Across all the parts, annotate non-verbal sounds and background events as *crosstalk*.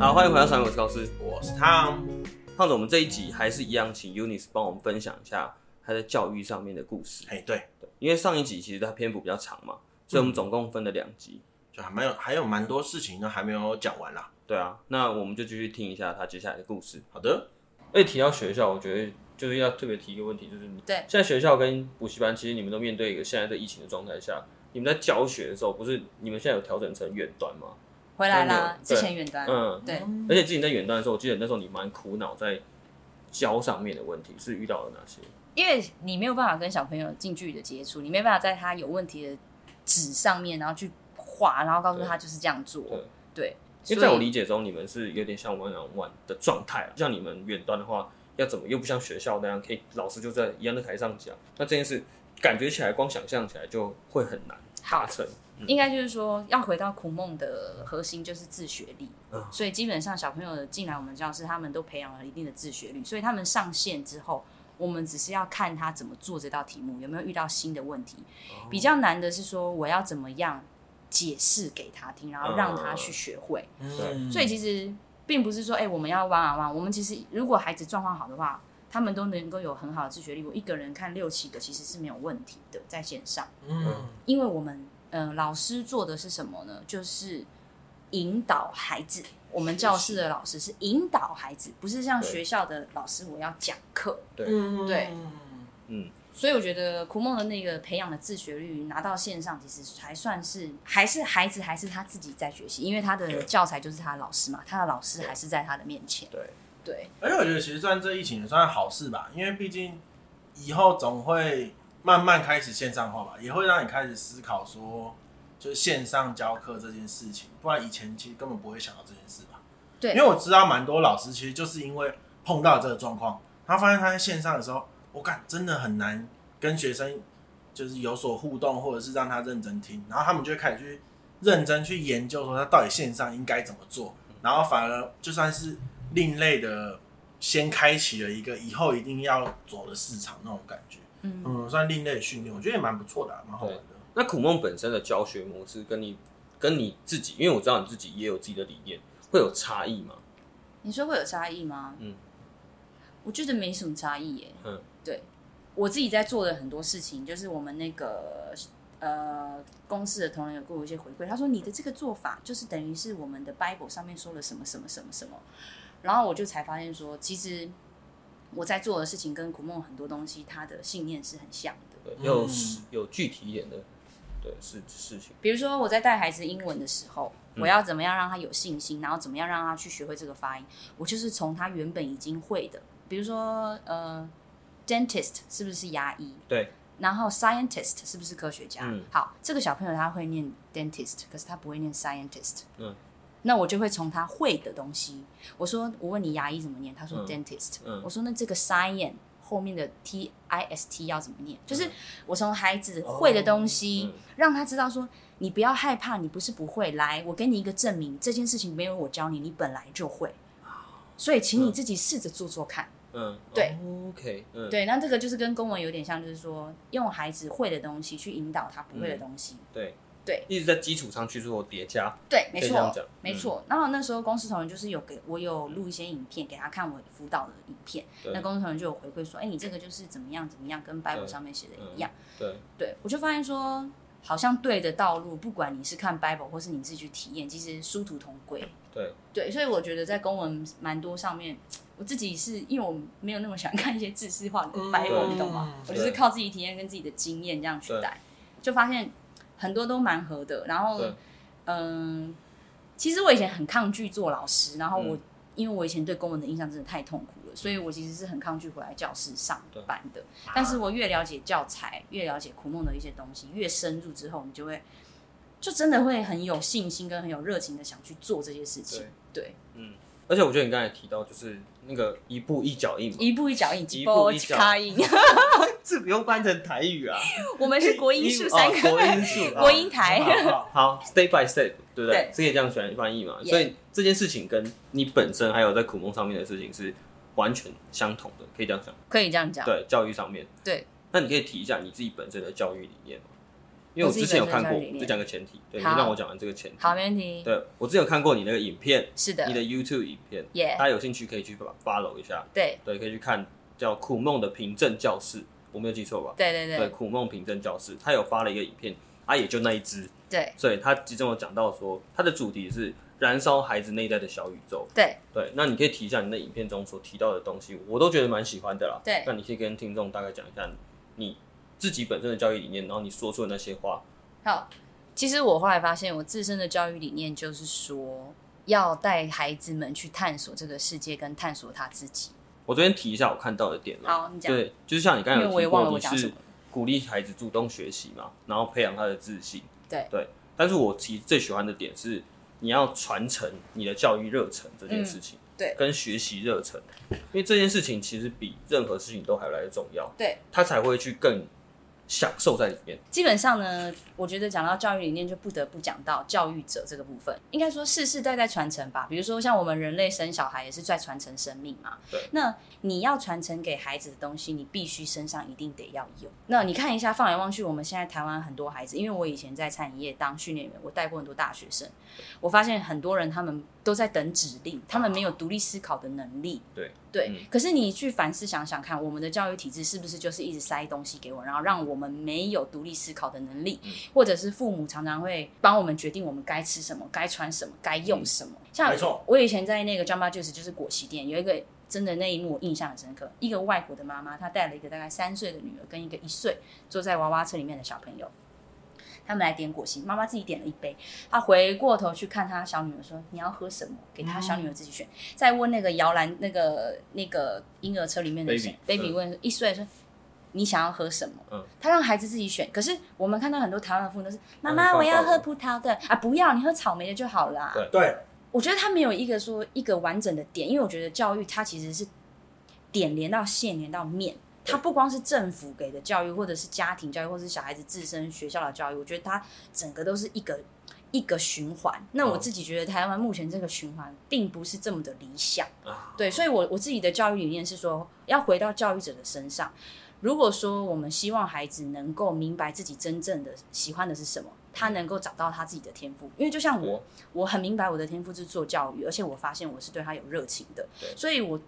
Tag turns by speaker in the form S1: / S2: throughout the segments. S1: 好，欢迎回到三国高斯。
S2: 我是汤，
S1: 胖子，我们这一集还是一样，请 Unis 帮我们分享一下他在教育上面的故事。
S2: 哎，对，
S1: 对因为上一集其实它篇幅比较长嘛，所以我们总共分了两集。
S2: 就还蛮有还有蛮多事情呢还没有讲完啦。
S1: 对啊，那我们就继续听一下他接下来的故事。
S2: 好的，
S1: 哎，提到学校，我觉得就是要特别提一个问题，就是
S3: 对
S1: 现在学校跟补习班，其实你们都面对一个现在的疫情的状态下，你们在教学的时候，不是你们现在有调整成远端吗？
S3: 回来啦，
S1: 对
S3: 之前远端，
S1: 嗯，
S3: 对，
S1: 而且之前在远端的时候，我记得那时候你蛮苦恼在教上面的问题，是遇到了哪些？
S3: 因为你没有办法跟小朋友近距离的接触，你没办法在他有问题的纸上面，然后去画，然后告诉他就是这样做，对，
S1: 因为
S3: 所
S1: 在
S3: 以
S1: 我理解中，你们是有点像 one on one 的状态啊，像你们远端的话，要怎么又不像学校那样，可以老师就在一样的台上讲，那这件事感觉起来，光想象起来就会很难达成。
S3: 应该就是说，要回到苦梦的核心就是自学力，
S1: 嗯
S3: 所以基本上小朋友进来我们教室，他们都培养了一定的自学力，所以他们上线之后，我们只是要看他怎么做这道题目，有没有遇到新的问题。
S1: 哦
S3: 比较难的是说，我要怎么样解释给他听，然后让他去学会。
S1: 嗯
S3: 所以其实并不是说，哎、我们要弯啊弯，我们其实如果孩子状况好的话，他们都能够有很好的自学力。我一个人看六七个其实是没有问题的，在线上。
S2: 嗯
S3: 因为我们嗯、呃老师做的是什么呢？就是引导孩子。我们教室的老师是引导孩子，不是像
S1: 对
S3: 学校的老师我要讲课。
S2: 嗯
S3: 对，
S1: 嗯，
S3: 所以我觉得苦梦的那个培养的自学率拿到线上，其实还算是还是孩子还是他自己在学习，因为他的教材就是他的老师嘛，他的老师还是在他的面前。
S1: 对
S3: 对，
S2: 而且我觉得其实算这疫情也算好事吧，因为毕竟以后总会慢慢开始线上化吧，也会让你开始思考说，就是线上教课这件事情，不然以前其实根本不会想到这件事吧。
S3: 对
S2: 因为我知道蛮多老师其实就是因为碰到这个状况，他发现他在线上的时候，我感真的很难跟学生就是有所互动，或者是让他认真听，然后他们就会开始去认真去研究说他到底线上应该怎么做，然后反而就算是另类的，先开启了一个以后一定要走的市场那种感觉，
S3: 嗯，
S2: 嗯，算另类的训练，我觉得也蛮不错的啊、蛮好玩的。
S1: 那苦梦本身的教学模式跟你跟你自己，因为我知道你自己也有自己的理念，会有差异吗？
S3: 你说会有差异吗？
S1: 嗯，
S3: 我觉得没什么差异耶。
S1: 嗯，
S3: 对，我自己在做的很多事情，就是我们那个呃公司的同仁有给我一些回馈，他说你的这个做法就是等于是我们的 Bible 上面说了什么什么什么什么，然后我就才发现说，其实我在做的事情跟古梦很多东西，他的信念是很像的。
S1: 对，
S2: 嗯
S1: 有有具体一点的，对事事情。
S3: 比如说我在带孩子英文的时候，我要怎么样让他有信心，然后怎么样让他去学会这个发音，我就是从他原本已经会的，比如说呃，dentist 是不是牙医？
S1: 对。
S3: 然后 scientist 是不是科学家？
S1: 嗯
S3: 好，这个小朋友他会念 dentist，可是他不会念 scientist。
S1: 嗯。
S3: 那我就会从他会的东西，我说我问你牙医怎么念，他说
S1: 嗯
S3: dentist，、
S1: 嗯
S3: 我说那这个 science 后面的 t i s t 要怎么念？就是我从孩子会的东西，
S1: 嗯哦嗯
S3: 让他知道说你不要害怕，你不是不会，来，我给你一个证明，这件事情没有我教你，你本来就会。所以，请你自己试着做做看。
S1: 嗯，
S3: 对
S1: ，OK，嗯，
S3: 对，那这个就是跟公文有点像，就是说用孩子会的东西去引导他不会
S1: 嗯
S3: 的东西。
S1: 对
S3: 对，
S1: 一直在基础上去做叠加。
S3: 对，没
S1: 可以这样
S3: 错
S1: 讲，嗯
S3: 没错。然后那时候公司同仁就是有给我有录一些影片给他看我辅导的影片，
S1: 对
S3: 那公司同仁就有回馈说，哎，你这个就是怎么样怎么样，跟 Bible
S1: 对
S3: 上面写的
S1: 嗯
S3: 一样。
S1: 对，
S3: 对我就发现说，好像对的道路，不管你是看 Bible 或是你自己去体验，其实殊途同归。
S1: 对
S3: 对，所以我觉得在公文蛮多上面，我自己是因为我没有那么喜欢看一些知识化的 Bible，、
S1: 对
S3: 你懂吗？我
S1: 嗯对
S3: 就是靠自己体验跟自己的经验这样去带，就发现很多都蛮合的。然后
S1: 对，
S3: 嗯、其实我以前很抗拒做老师，然后我、
S1: 嗯
S3: 因为我以前对公文的印象真的太痛苦了，所以我其实是很抗拒回来教室上班的。但是我越了解教材，越了解苦梦的一些东西，越深入之后，你就会就真的会很有信心跟很有热情的想去做这些事情。对，
S1: 嗯而且我觉得你刚才提到就是那个一步一脚印嘛，
S3: 一步一脚印，
S1: 一步
S3: 步
S1: 一脚
S3: 卡印。 *laughs*
S1: 这不用翻成台语啊，
S3: 我们是国音数三
S1: 哦国
S3: 个，
S1: 音数，
S3: 国音
S1: 好
S3: 台。
S2: 好好
S1: 好，step by step，对不对
S3: 对？
S1: 是可以这样选翻译嘛？
S3: Yeah
S1: 所以这件事情跟你本身还有在苦梦上面的事情是完全相同的，可以这样讲。
S3: 可以这样讲。
S1: 对，教育上面，
S3: 对，
S1: 那你可以提一下你自己本身的教育理念吗？因为
S3: 我
S1: 我
S3: 自己
S1: 之前有
S3: 本身
S1: 看
S3: 就
S1: 过，
S3: 有理念
S1: 就讲个前提，对，你
S3: 好
S1: 让我讲完这个前提。
S3: 好，没问题。
S1: 对我之前有看过你那个影片，
S3: 是的
S1: 你，的 YouTube 影片，
S3: 耶
S1: 大，家有兴趣可以去 follow 一下，
S3: 对
S1: 对，可以去看叫《苦梦的凭证教室》，我没有记错吧？
S3: 对对
S1: 对，《
S3: 对
S1: 苦梦凭证教室》，他有发了一个影片，啊，也就那一支，
S3: 对
S1: 所以他其中有讲到说，他的主题是燃烧孩子内在的小宇宙。
S3: 对，
S1: 对，那你可以提一下你的影片中所提到的东西，我都觉得蛮喜欢的啦。
S3: 对
S1: 那你可以跟听众大概讲一下你自己本身的教育理念，然后你说出的那些话。
S3: 好。其实我后来发现，我自身的教育理念就是说，要带孩子们去探索这个世界，跟探索他自己。
S1: 我昨天提一下我看到的点啦。
S3: 好，你讲，
S1: 对，就是像你刚
S3: 因
S1: 才
S3: 为
S1: 有提
S3: 我也忘了
S1: 过，
S3: 我
S1: 你
S3: 讲什
S1: 是
S3: 么。
S1: 鼓励孩子主动学习嘛，然后培养他的自信。
S3: 对
S1: 对，但是我其实最喜欢的点是，你要传承你的教育热忱这件事情，
S3: 嗯对
S1: 跟学习热忱，因为这件事情其实比任何事情都还来得重要，
S3: 对，
S1: 他才会去更享受在里面。
S3: 基本上呢，我觉得讲到教育理念，就不得不讲到教育者这个部分。应该说世世代代传承吧，比如说像我们人类生小孩也是在传承生命嘛。
S1: 对。
S3: 那你要传承给孩子的东西，你必须身上一定得要有。那你看一下，放眼望去，我们现在台湾很多孩子，因为我以前在餐饮业当训练员，我带过很多大学生，我发现很多人他们都在等指令，他们没有独立思考的能力。
S1: 对
S3: 对，
S1: 嗯
S3: 可是你去反思想想看，我们的教育体制是不是就是一直塞东西给我，然后让我们没有独立思考的能
S2: 嗯
S3: 力，或者是父母常常会帮我们决定我们该吃什么、该穿什么、该用什么。
S2: 嗯
S3: 像
S2: 没错
S3: 我以前在那个 Jamba Juice 就是果昔店，有一个真的那一幕我印象很深刻，一个外国的妈妈，她带了一个大概三岁的女儿跟一个一岁坐在娃娃车里面的小朋友。他们来点果昔，妈妈自己点了一杯。她回过头去看她小女儿说：“你要喝什么？”给她小女儿自己选。再问那个摇篮那个那个婴儿车里面的
S1: Baby，
S3: 谁 baby
S1: 嗯
S3: 问一岁说你想要喝什么？
S1: 嗯
S3: 他让孩子自己选。可是我们看到很多台湾的父母都是妈
S1: 那
S3: 妈
S1: 你
S3: 我要
S1: 放爆
S3: 喝
S1: 了
S3: 葡萄的啊，不要你喝草莓的就好啊啦。
S1: 对
S2: 对，
S3: 我觉得他没有一个说一个完整的点，因为我觉得教育它其实是点连到线连到面，它不光是政府给的教育，或者是家庭教育，或者是小孩子自身学校的教育，我觉得它整个都是一个一个循环。那我
S1: 嗯
S3: 自己觉得台湾目前这个循环并不是这么的理想。
S1: 啊，
S3: 对，所以我我自己的教育理念是说，要回到教育者的身上。如果说我们希望孩子能够明白自己真正的喜欢的是什么，他能够找到他自己的天赋，因为就像我，我很明白我的天赋是做教育，而且我发现我是对他有热情的，
S1: 对
S3: 所以我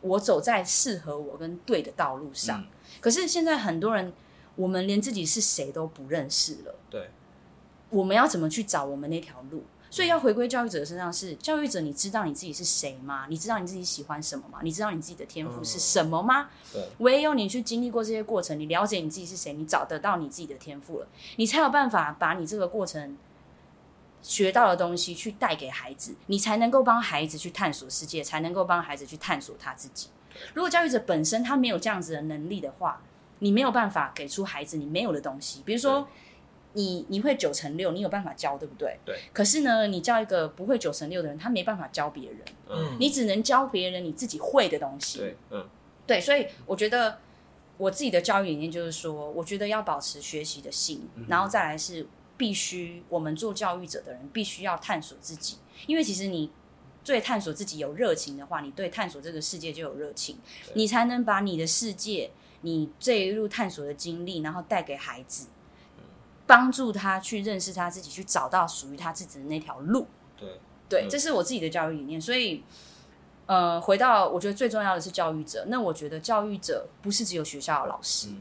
S3: 我走在适合我跟对的道路上。
S1: 嗯
S3: 可是现在很多人，我们连自己是谁都不认识了。
S1: 对，
S3: 我们要怎么去找我们那条路？所以要回归教育者的身上
S1: 嗯
S3: 是，教育者你知道你自己是谁吗？你知道你自己喜欢什么吗？你知道你自己的天赋
S1: 嗯
S3: 是什么吗？
S1: 对
S3: 唯有你去经历过这些过程，你了解你自己是谁，你找得到你自己的天赋了，你才有办法把你这个过程学到的东西去带给孩子，你才能够帮孩子去探索世界，才能够帮孩子去探索他自己。如果教育者本身他没有这样子的能力的话，你没有办法给出孩子你没有的东西，比如说。你你会九乘六，你有办法教，对不对？
S1: 对。
S3: 可是呢，你教一个不会九乘六的人，他没办法教别人，
S1: 嗯，
S2: 嗯，
S3: 你只能教别人你自己会的东西。
S1: 对，嗯，
S3: 对，所以我觉得我自己的教育理念就是说，我觉得要保持学习的心，然后再来是必须我们做教育者的人必须要探索自己，因为其实你对探索自己有热情的话，你对探索这个世界就有热情，
S1: 对
S3: 你才能把你的世界、你这一路探索的经历，然后带给孩子。帮助他去认识他自己，去找到属于他自己的那条路。
S1: 对，
S3: 对，
S1: 嗯
S3: 这是我自己的教育理念。所以，呃，回到我觉得最重要的是教育者。那我觉得教育者不是只有学校的老师，
S1: 嗯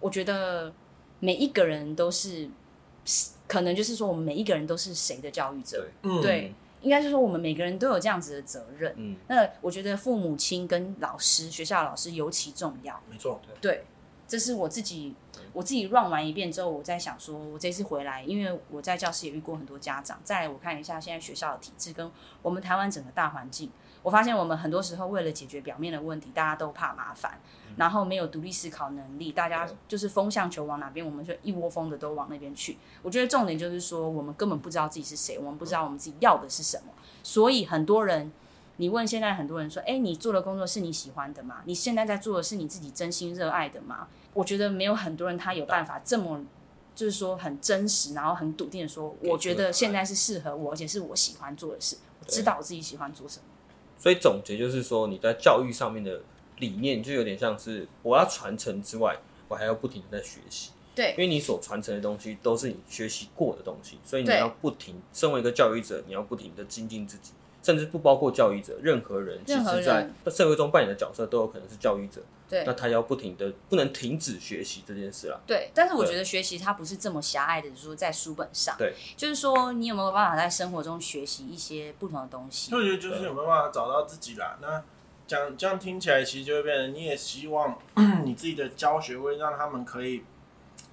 S3: 我觉得每一个人都是，可能就是说我们每一个人都是谁的教育者，
S2: 嗯，
S3: 对，应该是说我们每个人都有这样子的责任。
S1: 嗯，
S3: 那我觉得父母亲跟老师、学校的老师尤其重要。
S2: 没错，
S3: 对，这是我自己我自己 run 完一遍之后，我在想说，我这次回来，因为我在教室也遇过很多家长，再来我看一下现在学校的体制跟我们台湾整个大环境，我发现我们很多时候为了解决表面的问题，大家都怕麻烦，然后没有独立思考能力，大家
S1: 对
S3: 就是风向球往哪边，我们就一窝蜂的都往那边去。我觉得重点就是说，我们根本不知道自己是谁，我们不知道我们自己要的是什么，所以很多人。你问现在很多人说，哎、你做的工作是你喜欢的吗？你现在在做的是你自己真心热爱的吗？我觉得没有很多人他有办法这么，就是说很真实，然后很笃定的说，
S1: 给出
S3: 我觉
S1: 答
S3: 得
S1: 案
S3: 现在是适合我，而且是我喜欢做的事，我知道我自己喜欢做什么。
S1: 所以总结就是说，你在教育上面的理念就有点像是我要传承之外，我还要不停的在学习。
S3: 对
S1: 因为你所传承的东西都是你学习过的东西，所以你
S3: 对
S1: 要不停，身为一个教育者，你要不停的精进自己，甚至不包括教育者，任何人其
S3: 任何
S1: 实在
S3: 人
S1: 社会中扮演的角色都有可能是教育者，
S3: 对
S1: 那他要不停的不能停止学习这件事啦。
S3: 对，但是我
S1: 对
S3: 觉得学习它不是这么狭隘的，就是说在书本上，
S1: 对，
S3: 就是说你有没有办法在生活中学习一些不同的东西
S2: 所？以我觉得就是有没有办法找到自己啦。那讲这样听起来，其实就会变成你也希望 *clears throat* 你自己的教学会让他们可以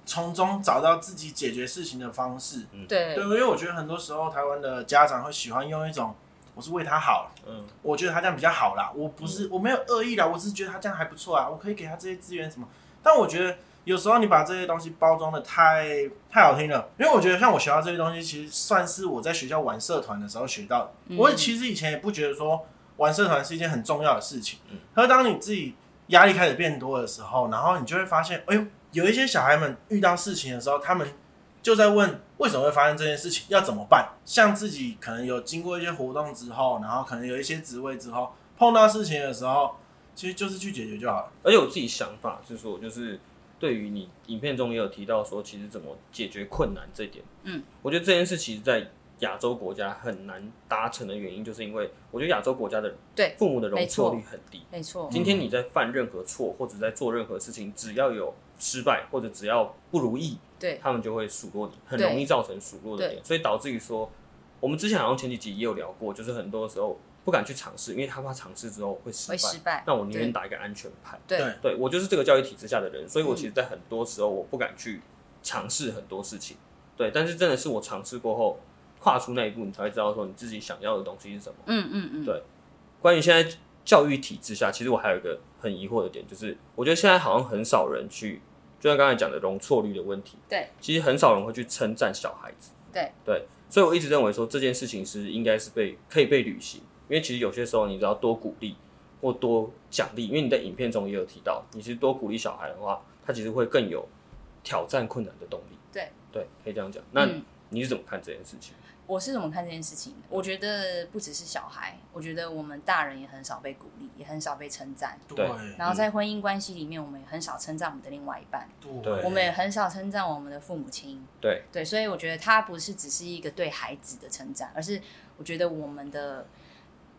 S2: 从中找到自己解决事情的方式。
S1: 嗯
S3: 对
S2: 对，因为我觉得很多时候台湾的家长会喜欢用一种我是为他好，
S1: 嗯，
S2: 我觉得他这样比较好啦，我不是我没有恶意啦，我只是觉得他这样还不错啊，我可以给他这些资源什么。但我觉得有时候你把这些东西包装的太太好听了，因为我觉得像我学到这些东西，其实算是我在学校玩社团的时候学到的。
S3: 嗯
S2: 我其实以前也不觉得说玩社团是一件很重要的事情
S1: 嗯，
S2: 可是当你自己压力开始变多的时候，然后你就会发现，哎呦，有一些小孩们遇到事情的时候，他们就在问为什么会发生这件事情，要怎么办？像自己可能有经过一些活动之后，然后可能有一些职位之后，碰到事情的时候，其实就是去解决就好了。
S1: 而且我自己想法是说，就是对于你影片中也有提到说，其实怎么解决困难这一点，
S3: 嗯，
S1: 我觉得这件事其实在亚洲国家很难达成的原因，就是因为我觉得亚洲国家的
S3: 对
S1: 父母的容
S3: 没
S1: 错
S3: 错
S1: 率很低。
S3: 没错，
S1: 今天你在犯任何错或者在做任何事情，只要有失败或者只要不如意，
S3: 对
S1: 他们就会数落你，很
S3: 对
S1: 容易造成数落的点，所以导致于说，我们之前好像前几集也有聊过，就是很多时候不敢去尝试，因为他怕尝试之后会失败
S3: 会。失败，
S1: 那我宁愿
S3: 对
S1: 打一个安全牌。
S3: 对
S2: 对
S1: 对我就是这个教育体制下的人，所以我
S3: 嗯
S1: 其实，在很多时候我不敢去尝试很多事情。对，但是真的是我尝试过后，跨出那一步，你才会知道说你自己想要的东西是什么。
S3: 嗯嗯嗯，
S1: 对关于现在教育体制下，其实我还有一个很疑惑的点，就是我觉得现在好像很少人去，就像刚才讲的容错率的问题，
S3: 对，
S1: 其实很少人会去称赞小孩子，
S3: 对
S1: 对，所以我一直认为说这件事情是应该是被可以被履行，因为其实有些时候你只要多鼓励或多奖励，因为你在影片中也有提到，你其实多鼓励小孩的话，他其实会更有挑战困难的动力，
S3: 对
S1: 对，可以这样讲。那
S3: 嗯
S1: 你是怎么看这件事情？
S3: 我是怎么看这件事情？我觉得不只是小孩，我觉得我们大人也很少被鼓励，也很少被称赞。
S1: 对
S2: 欸
S3: 然
S1: 嗯
S3: 后在婚姻关系里面，我们也很少称赞我们的另外一半，
S1: 对
S3: 我们也很少称赞我们的父母亲。
S1: 对
S3: 对，所以我觉得它不是只是一个对孩子的称赞，而是我觉得我们的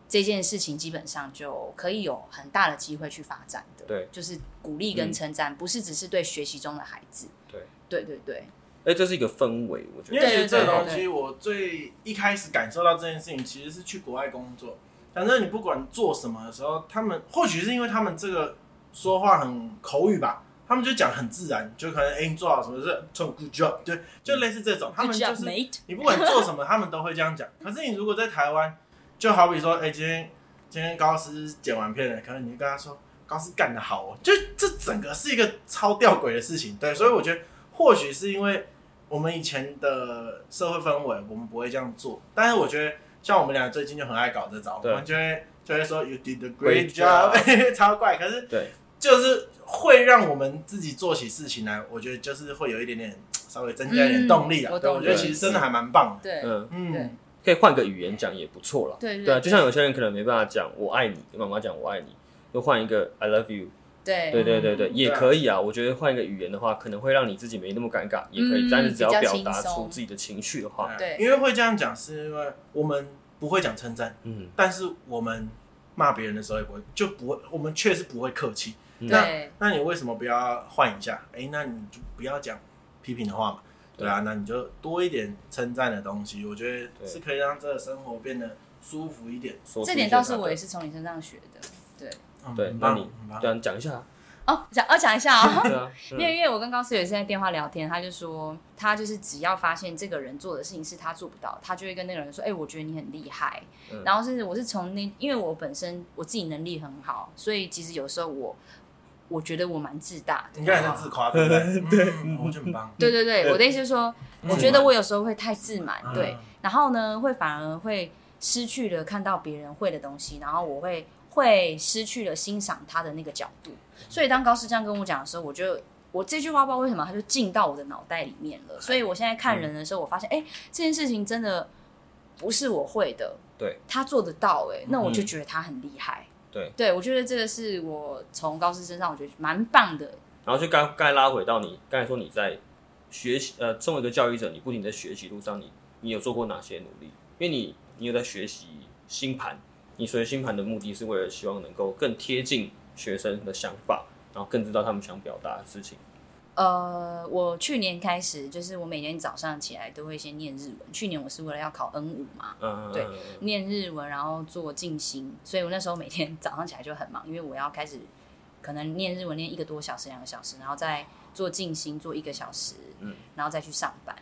S3: 这件事情基本上就可以有很大的机会去发展的。
S1: 对，
S3: 就是鼓励跟
S1: 嗯
S3: 称赞，不是只是对学习中的孩子。
S1: 对，
S3: 对对对，
S1: 哎，这是一个氛围，我觉
S2: 因
S1: 得
S2: 为其实这个东
S3: 对对
S2: 西，我最一开始感受到这件事情，其实是去国外工作。反正你不管做什么的时候，他们或许是因为他们这个说话很口语吧，他们就讲很自然，就可能哎、你做好什么事，做 good job，对，
S3: 嗯
S2: 就类似这种，他们
S3: Good
S2: 就
S3: job,
S2: 是
S3: mate
S2: 你不管做什么，他们都会这样讲。可是你如果在台湾，就好比说，哎、今天今天高斯剪完片了，可能你就跟他说高斯干得好哦，就这整个是一个超吊诡的事情。对，所以我觉得或许是因为我们以前的社会氛围，我们不会这样做。但是我觉得像我们俩最近就很爱搞这招，我
S1: 对
S2: 们就会就会说 you did a
S1: Great
S2: great job，超 *laughs* 怪。可是
S1: 对。
S2: 就是会让我们自己做起事情来，我觉得就是会有一点点稍微增加一点动力
S3: 嗯
S2: 啊。
S3: 我
S2: 对，
S3: 懂
S2: 我觉得其实真的还蛮棒的。
S3: 对
S1: 嗯，
S3: 对
S2: 嗯，
S1: 可以换个语言讲也不错啦。
S3: 对
S1: 对啊，就像有些人可能没办法讲“我爱你”，跟妈妈讲“我爱你”，就换一个 “I love you”。
S3: 对
S1: 对对对对，
S2: 嗯
S1: 也
S2: 对啊
S1: 可以啊。我觉得换一个语言的话，可能会让你自己没那么尴尬，也可以。
S3: 嗯
S1: 但是只要
S3: 比较
S1: 表
S3: 轻
S1: 达
S3: 松
S1: 出自己的情绪的话，
S3: 对
S2: 因为会这样讲，是因为我们不会讲称赞，
S1: 嗯，
S2: 但是我们骂别人的时候也不会，就不会，我们确实不会客气。
S1: 嗯
S3: 对
S2: 那你为什么不要换一下？哎、那你就不要讲批评的话嘛。对啊，那你就多一点称赞的东西，我觉得
S1: 对
S2: 是可以让这个生活变得舒服一点。
S1: 说出
S3: 这
S1: 一
S3: 点
S1: 些
S3: 倒
S1: 他
S3: 是我
S1: 的
S3: 也是从你身上学的。对，
S2: 嗯，
S1: 对
S2: 很
S1: 那
S2: 棒，
S1: 你
S2: 很棒
S1: 对。啊，讲一下啊。
S3: 哦，讲要讲一下哦，
S1: 对啊，
S3: 因为因为我跟高思有一次在电话聊天，他就说他就是只要发现这个人做的事情是他做不到，他就会跟那个人说，哎、我觉得你很厉害。
S1: 嗯
S3: 然后是我是从那，因为我本身我自己能力很好，所以其实有时候我我觉得我蛮自大的。
S2: 你看你在自夸，对不对？ *laughs* 对，嗯我觉得很棒。
S3: 对对对，我的意思是说，
S2: 嗯
S3: 我觉得我有时候会太自满，
S2: 嗯
S3: 对，然后呢，会反而会失去了看到别人会的东西，然后我会会失去了欣赏他的那个角度。所以当高师这样跟我讲的时候，我就我这句话不知道为什么，他就进到我的脑袋里面了。所以我现在看人的时候，我发现，哎、这件事情真的不是我会的，
S1: 对，
S3: 他做得到、哎，那我就
S1: 嗯
S3: 觉得他很厉害。
S1: 对，
S3: 对我觉得这个是我从高师身上我觉得蛮棒的，
S1: 然后就刚刚才拉回到你刚才说你在学习呃，身为一个教育者，你不停在学习路上，你你有做过哪些努力？因为你你有在学习星盘，你学星盘的目的是为了希望能够更贴近学生的想法，然后更知道他们想表达的事情。
S3: 呃，我去年开始，就是我每天早上起来都会先念日文。去年我是为了要考 N 五嘛，
S1: 嗯，
S3: 对
S1: 嗯嗯嗯
S3: 念日文，然后做静心，所以我那时候每天早上起来就很忙，因为我要开始可能念日文念一个多小时、两个小时，然后再做静心做一个小时，
S1: 嗯，
S3: 然后再去上班，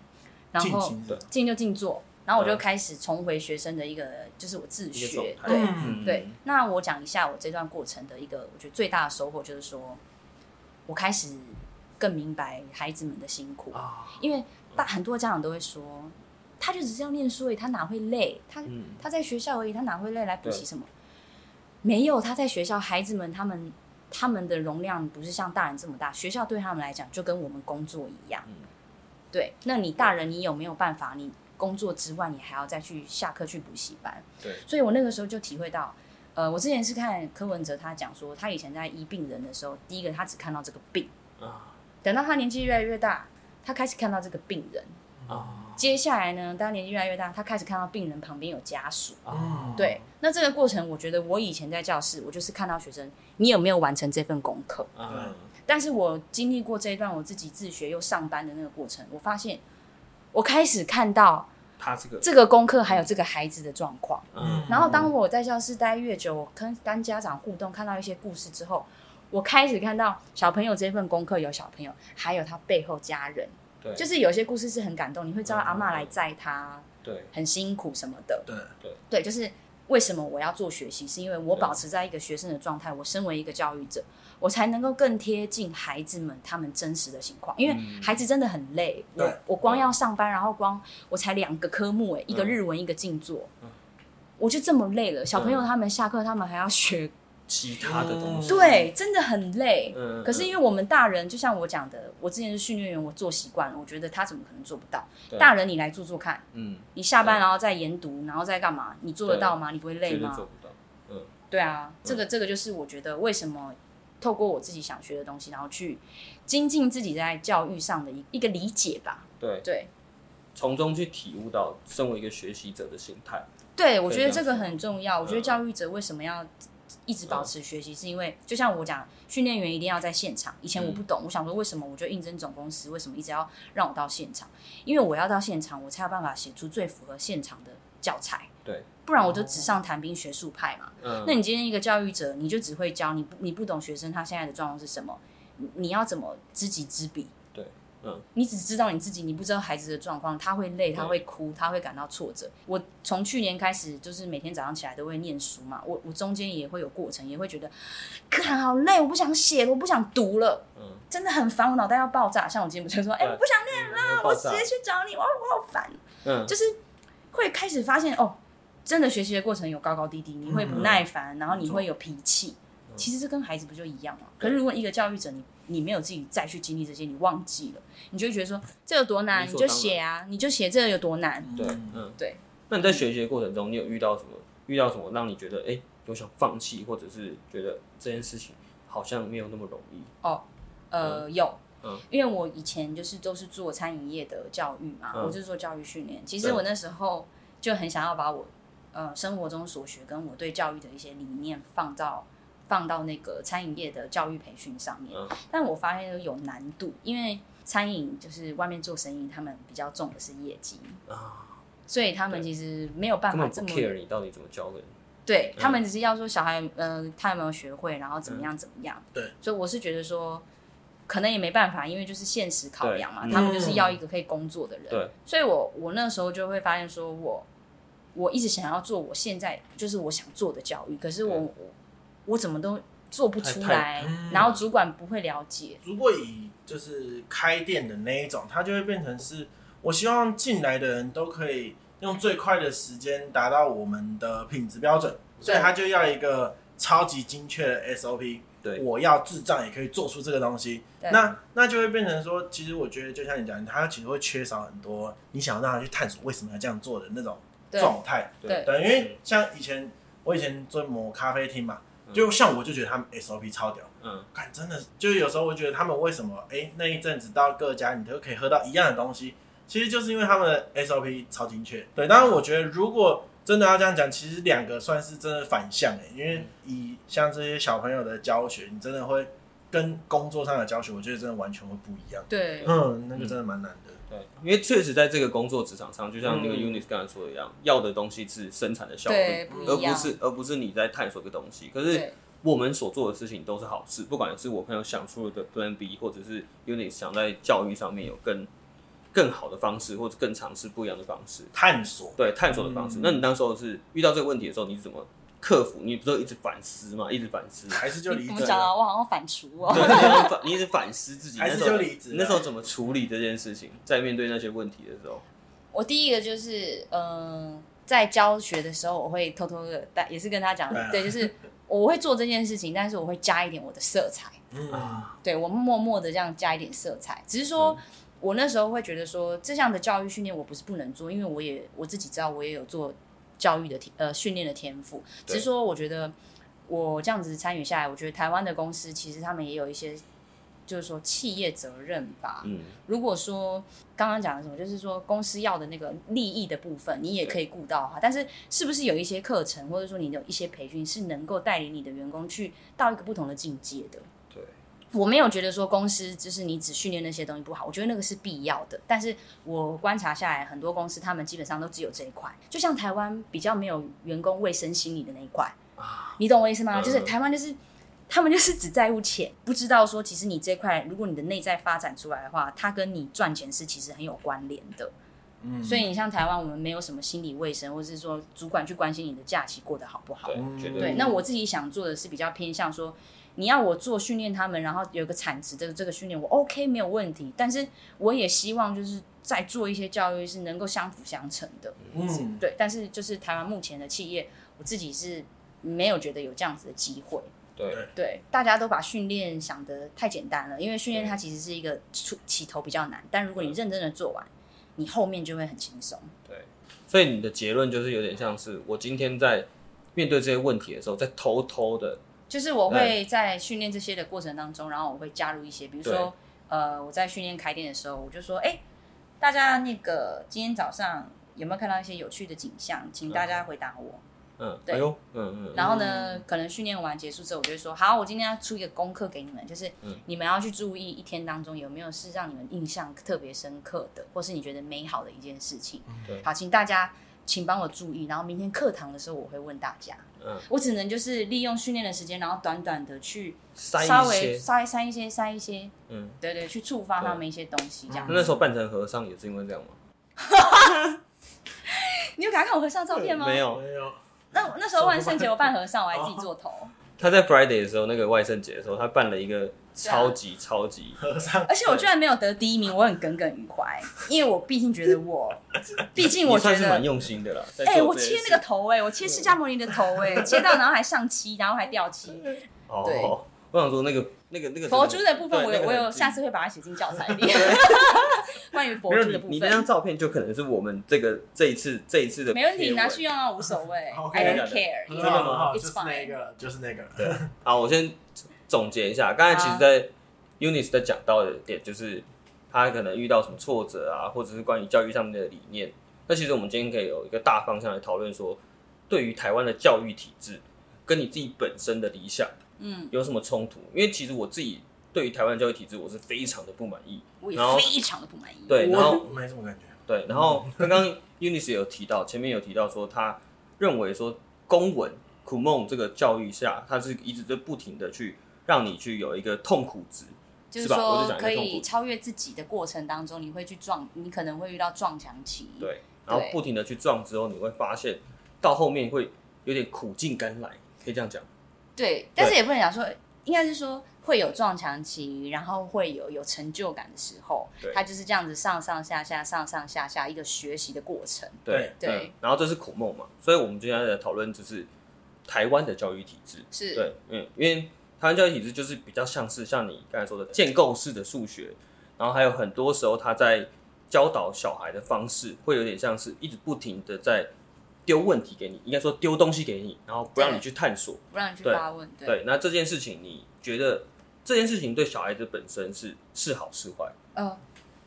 S3: 然
S2: 进
S3: 后
S2: 行
S1: 对
S3: 静就静坐，然后我就
S1: 嗯
S3: 开始重回学生的一个就是我自
S1: 一个
S3: 学，
S1: 状态
S3: 对，
S2: 嗯
S3: 对，那我讲一下我这段过程的一个，我觉得最大的收获就是说，我开始更明白孩子们的辛苦，
S1: 啊，
S3: 因为大很多家长都会说，他就只是要念书而已，他哪会累？他、
S1: 嗯，
S3: 他在学校而已，他哪会累来补习
S1: 对
S3: 什么？没有，他在学校，孩子们他们他们的容量不是像大人这么大，学校对他们来讲就跟我们工作一样。
S1: 嗯
S3: 对，那你大人你有没有办法？你工作之外，你还要再去下课去补习班？
S1: 对，
S3: 所以我那个时候就体会到，呃，我之前是看柯文哲他讲说，他以前在医病人的时候，第一个他只看到这个病，
S1: 啊
S3: 等到他年纪越来越大，他开始看到这个病人，
S1: 啊
S3: 接下来呢，当年纪越来越大，他开始看到病人旁边有家属。
S2: 嗯
S1: 啊，
S3: 对，那这个过程，我觉得我以前在教室，我就是看到学生，你有没有完成这份功课？
S2: 嗯
S1: 啊，
S3: 但是我经历过这一段我自己自学又上班的那个过程，我发现，我开始看到
S1: 他这个，
S3: 这个功课还有这个孩子的状况。
S1: 嗯，
S3: 然后当我在教室待越久，我跟跟家长互动，看到一些故事之后，我开始看到小朋友这份功课有小朋友，还有他背后家人，
S1: 对，
S3: 就是有些故事是很感动，你会知道
S1: 嗯
S3: 阿嬷来载他
S1: 对，
S3: 很辛苦什么的。
S2: 对，
S3: 对，就是为什么我要做学习，是因为我
S1: 对
S3: 保持在一个学生的状态，我身为一个教育者，我才能够更贴近孩子们他们真实的情况，因为
S1: 嗯
S3: 孩子真的很累，
S2: 对
S3: 我我光要上班，然后光我才两个科目、哎，一个日文，一个静坐
S1: 嗯，
S3: 我就这么累了。小朋友他们下课，他们还要学，
S1: 其他的东西，
S3: 对，真的很累。
S1: 嗯，
S3: 嗯可是因
S1: 为
S3: 为我们大人，就像我讲的，我之前是训练员，我做习惯了，我觉得他怎么可能做不到？
S1: 对
S3: 大人你来做做看，
S1: 嗯，
S3: 你下班
S1: 对
S3: 然后再研读，然后再干嘛？你做得到吗？你不会累
S1: 绝对
S3: 吗？
S1: 做不到，嗯，
S3: 对啊，这个这个就是我觉得为什么透过我自己想学的东西，然后去精进自己在教育上的一一个理解吧。
S1: 对，
S3: 对，
S1: 从中去体悟到身为一个学习者的心态，
S3: 对我觉得
S1: 这
S3: 这
S1: 样子
S3: 个很重要。我觉得
S1: 嗯
S3: 教育者为什么要一直保持学习，是因为就像我讲，训练员一定要在现场。以前我不懂，
S1: 嗯
S3: 我想说为什么我就应征总公司，为什么一直要让我到现场？因为我要到现场，我才有办法写出最符合现场的教材。
S1: 对，
S3: 不然我就只上谈兵学术派嘛。
S1: 嗯，
S3: 那你今天一个教育者，你就只会教你不你不懂学生他现在的状况是什么，你你要怎么知己知彼？
S1: 对，嗯，
S3: 你只知道你自己，你不知道孩子的状况，他会累，他会哭，他会感到挫折。我从去年开始，就是每天早上起来都会念书嘛，我我中间也会有过程，也会觉得，看好累，我不想写了，我不想读了，
S1: 嗯，
S3: 真的很烦，我脑袋要爆炸。像我今天不就说，哎、
S1: 对
S3: 我不想
S1: 练啦
S3: 我直接去找你，我我好烦。
S1: 嗯，
S3: 就是会开始发现哦，真的学习的过程有高高低低，你会不耐
S1: 嗯
S3: 烦，然后你会有脾气。其实这跟孩子不就一样吗？可是如果一个教育者，你你没有自己再去经历这些，你忘记了，你就会觉得说这有多难，
S1: 理
S3: 你
S1: 所
S3: 就写啊，你就写这有多难。
S1: 对，
S2: 嗯
S1: 嗯，
S3: 对。
S1: 那你在学习的过程中，你有遇到什么？遇到什么让你觉得哎、诶有想放弃，或者是觉得这件事情好像没有那么容易？
S3: 呃，有
S1: 嗯，
S3: 因为我以前就是都是做餐饮业的教育嘛，
S1: 嗯
S3: 我就是做教育训练。其实
S1: 对
S3: 我那时候就很想要把我呃生活中所学跟我对教育的一些理念放到放到那个餐饮业的教育培训上面，
S1: 嗯
S3: 但我发现有难度，因为餐饮就是外面做生意，他们比较重的是业绩，
S1: 啊，
S3: 所以他们
S1: 对
S3: 其实没有办
S1: 根
S3: 法
S1: 本
S3: 啊这
S1: 不
S3: 么
S1: care 你到底怎么教的人。
S3: 对
S1: 嗯
S3: 他们只是要说小孩，呃，他有没有学会，然后怎么样怎么样。
S1: 嗯
S2: 对，
S3: 所以我是觉得说，可能也没办法，因为就是现实考量嘛，
S1: 对嗯
S3: 他们就是要一个可以工作的人。
S1: 对，
S3: 所以我我那时候就会发现说我，我一直想要做我现在就是我想做的教育，可是我
S1: 对
S3: 我我怎么都做不出
S1: 太
S3: 来，
S2: 嗯
S3: 然后主管不会了解。
S2: 如果以就是开店的那一种，它就会变成是，我希望进来的人都可以用最快的时间达到我们的品质标准，所以它就要一个超级精确的 SOP。
S1: 对
S2: 我要智障也可以做出这个东西，
S3: 对
S2: 那那就会变成说，其实我觉得就像你讲，它其实会缺少很多你想让他去探索为什么要这样做的那种
S3: 对
S2: 状态。
S3: 对
S2: 对，因为像以前我以前做某咖啡厅嘛，
S1: 嗯
S2: 就像我就觉得他们 SOP 超屌，
S1: 嗯，
S2: 看，真的就是有时候我觉得他们为什么哎、诶那一阵子到各家你都可以喝到一样的东西，其实就是因为他们的 SOP 超精确。对，当然我觉得如果真的要这样讲，其实两个算是真的反向哎、因为以像这些小朋友的教学，你真的会跟工作上的教学，我觉得真的完全会不一样。
S3: 对，
S2: 嗯，那个真的蛮难的。
S1: 对，因为确实在这个工作职场上，就像那个
S2: 嗯
S1: Unis 刚才说的一样，要的东西是生产的效率
S3: 对，
S2: 不一
S1: 而不
S3: 样
S1: 是而不是你在探索一个东西。可是
S3: 对，
S1: 我们所做的事情都是好事，不管是我朋友想出的 Plan B，或者是 Unis 想在教育上面有更更好的方式，或者更尝试不一样的方式，
S2: 探索，
S1: 对探索的方式。
S2: 嗯
S1: 那你当时候是遇到这个问题的时候，你是怎么克服？你不是一直反思吗？一直反
S2: *laughs*
S1: 思。
S2: 还是就离
S3: 我
S2: 职
S3: 们讲啊，我好像反刍哦。
S1: 对，你一直反你一直反思自己，
S2: 还是
S1: 那时候
S2: 就离职啊
S1: 你那时候怎么处理这件事情？在面对那些问题的时候，
S3: 我第一个就是，嗯，在教学的时候，我会偷偷的，但也是跟他讲
S2: 对啊，
S3: 对，就是我会做这件事情，但是我会加一点我的色彩，
S2: 嗯，
S1: 啊，
S3: 对我默默的这样加一点色彩。只是说，我那时候会觉得说，这项的教育训练我不是不能做，因为我也我自己知道我也有做教育的天呃训练的天赋，
S1: 对
S3: 只是说我觉得我这样子参与下来，我觉得台湾的公司其实他们也有一些。就是说企业责任吧，
S1: 嗯，
S3: 如果说刚刚讲的什么，就是说公司要的那个利益的部分，你也可以顾到哈。但是是不是有一些课程，或者说你有一些培训，是能够带领你的员工去到一个不同的境界的？
S1: 对。
S3: 我没有觉得说公司就是你只训练那些东西不好，我觉得那个是必要的。但是我观察下来，很多公司他们基本上都只有这一块，就像台湾比较没有员工卫生心理的那一块，你懂我意思吗？
S1: 嗯
S3: 就是台湾就是他们就是只在乎钱，不知道说其实你这块，如果你的内在发展出来的话，它跟你赚钱是其实很有关联的。
S2: 嗯
S3: 所以你像台湾，我们没有什么心理卫生，或是说主管去关心你的假期过得好不好。
S1: 对，
S2: 嗯
S1: 绝
S3: 对，
S1: 对，
S3: 那我自己想做的是比较偏向说，你要我做训练他们，然后有个产值的这个训练，我 OK 没有问题。但是我也希望就是在做一些教育是能够相辅相成的。
S2: 嗯，
S3: 对，但是就是台湾目前的企业，我自己是没有觉得有这样子的机会。
S1: 对，
S3: 对，大家都把训练想得太简单了，因为训练它其实是一个出起头比较难，但如果你认真的做完，你后面就会很轻松。
S1: 所以你的结论就是有点像是我今天在面对这些问题的时候，在偷偷的，
S3: 就是我会在训练这些的过程当中，然后我会加入一些，比如
S1: 对
S3: 说，呃，我在训练开店的时候，我就说，哎、大家那个今天早上有没有看到一些有趣的景象？请大家回答我。
S1: 嗯，
S3: 对
S1: 哎呦，嗯嗯，
S3: 然后呢，可能训练完结束之后，我就会说，好，我今天要出一个功课给你们，就是
S1: 嗯
S3: 你们要去注意一天当中有没有是让你们印象特别深刻的，或是你觉得美好的一件事情。
S1: 对
S3: 好，请大家请帮我注意，然后明天课堂的时候我会问大家。
S1: 嗯，
S3: 我只能就是利用训练的时间，然后短短的去
S1: 塞
S3: 稍
S1: 一
S3: 微
S1: 些，
S3: 塞塞一些塞一些，
S1: 嗯，
S3: 对对，去触发
S1: 对嗯
S3: 他们一些东西这样。
S1: 那时候扮成和尚也是因为这样吗？
S3: 你有敢看我合尚照片吗？
S1: 没。有，哦
S2: 没有，
S3: 那那时候万圣节我扮和尚，我还自己做头，
S1: 他在 Friday 的时候，那个万圣节的时候，他办了一个超级超级，
S2: 和尚
S3: 而且我居然没有得第一名，我很耿耿于怀，因为我毕竟觉得我，
S1: *laughs*
S3: 毕竟
S1: 也
S3: 我觉
S1: 算是蛮
S3: 得。
S1: 用心的啦。在
S3: 哎、
S1: 做
S3: 我
S1: 这件
S3: 切
S1: 事
S3: 那个头哎、我切释迦牟尼的头
S1: *laughs*
S3: 哎、切到然后还上漆，然后还掉漆。对
S1: 哦，我想说那个那个那个
S3: 佛珠的部分
S1: 对
S3: 我
S1: 那
S3: 有
S1: 个
S3: 我
S1: 很
S3: 有
S1: 近
S3: 下次会把它写进教材里。 *laughs* 关于佛
S1: 没有
S3: 珠的
S1: 你
S3: 部
S1: 你那张
S3: 分，
S1: 照片就可能是我们这个这一次这一次的
S3: 没问
S1: 贴
S3: 题，
S1: 文
S3: 拿去用啊，无所
S1: *laughs*
S3: 谓。
S2: OK
S3: I don't
S1: 真的
S3: care，
S2: 很
S1: 真的
S2: 好，
S1: 吗
S2: 很好，就
S3: It's
S2: 是那个，就是那个，
S1: 对，好，我先总结一下，刚才其实，在 Unis 在讲到的点就是，他可能遇到什么挫折啊，或者是关于教育上面的理念。那其实我们今天可以有一个大方向来讨论说，对于台湾的教育体制跟你自己本身的理想
S3: 嗯，
S1: 有什么冲突？因为其实我自己对于台湾的教育体制我是非常的不满意。
S3: 我也
S1: 然后
S3: 非常的不满意。
S1: 对，然后
S2: 我没什么感觉，
S1: 对，然后刚刚 Unis 有提到，前面有提到说他认为说公文苦梦这个教育下，他是一直在不停的去让你去有一个痛苦值，
S3: 就是
S1: 吧？我
S3: 说
S1: 就讲一
S3: 可
S1: 个痛苦
S3: 以
S1: 值，
S3: 超越自己的过程当中，你会去撞，你可能会遇到撞墙期。，
S1: 对，然后不停的去撞之后，你会发现到后面会有点苦尽甘来，可以这样讲，
S3: 对，但是也不能讲说，应该是说会有撞墙期，然后会有有成就感的时候
S1: 对，
S3: 它就是这样子上上下下、上上下下一个学习的过程。对
S1: 嗯，然后这是苦梦嘛，所以我们今天来讨论就是台湾的教育体制，
S3: 是，
S1: 对，嗯，因为台湾教育体制就是比较像是像你刚才说的建构式的数学，然后还有很多时候他在教导小孩的方式会有点像是一直不停的在丢问题给你，应该说丢东西给你，然后不让你去探索。
S3: 不让你去
S1: 对
S3: 发问。
S1: 对，那这件事情你觉得这件事情对小孩子本身是是好是坏？
S3: 呃，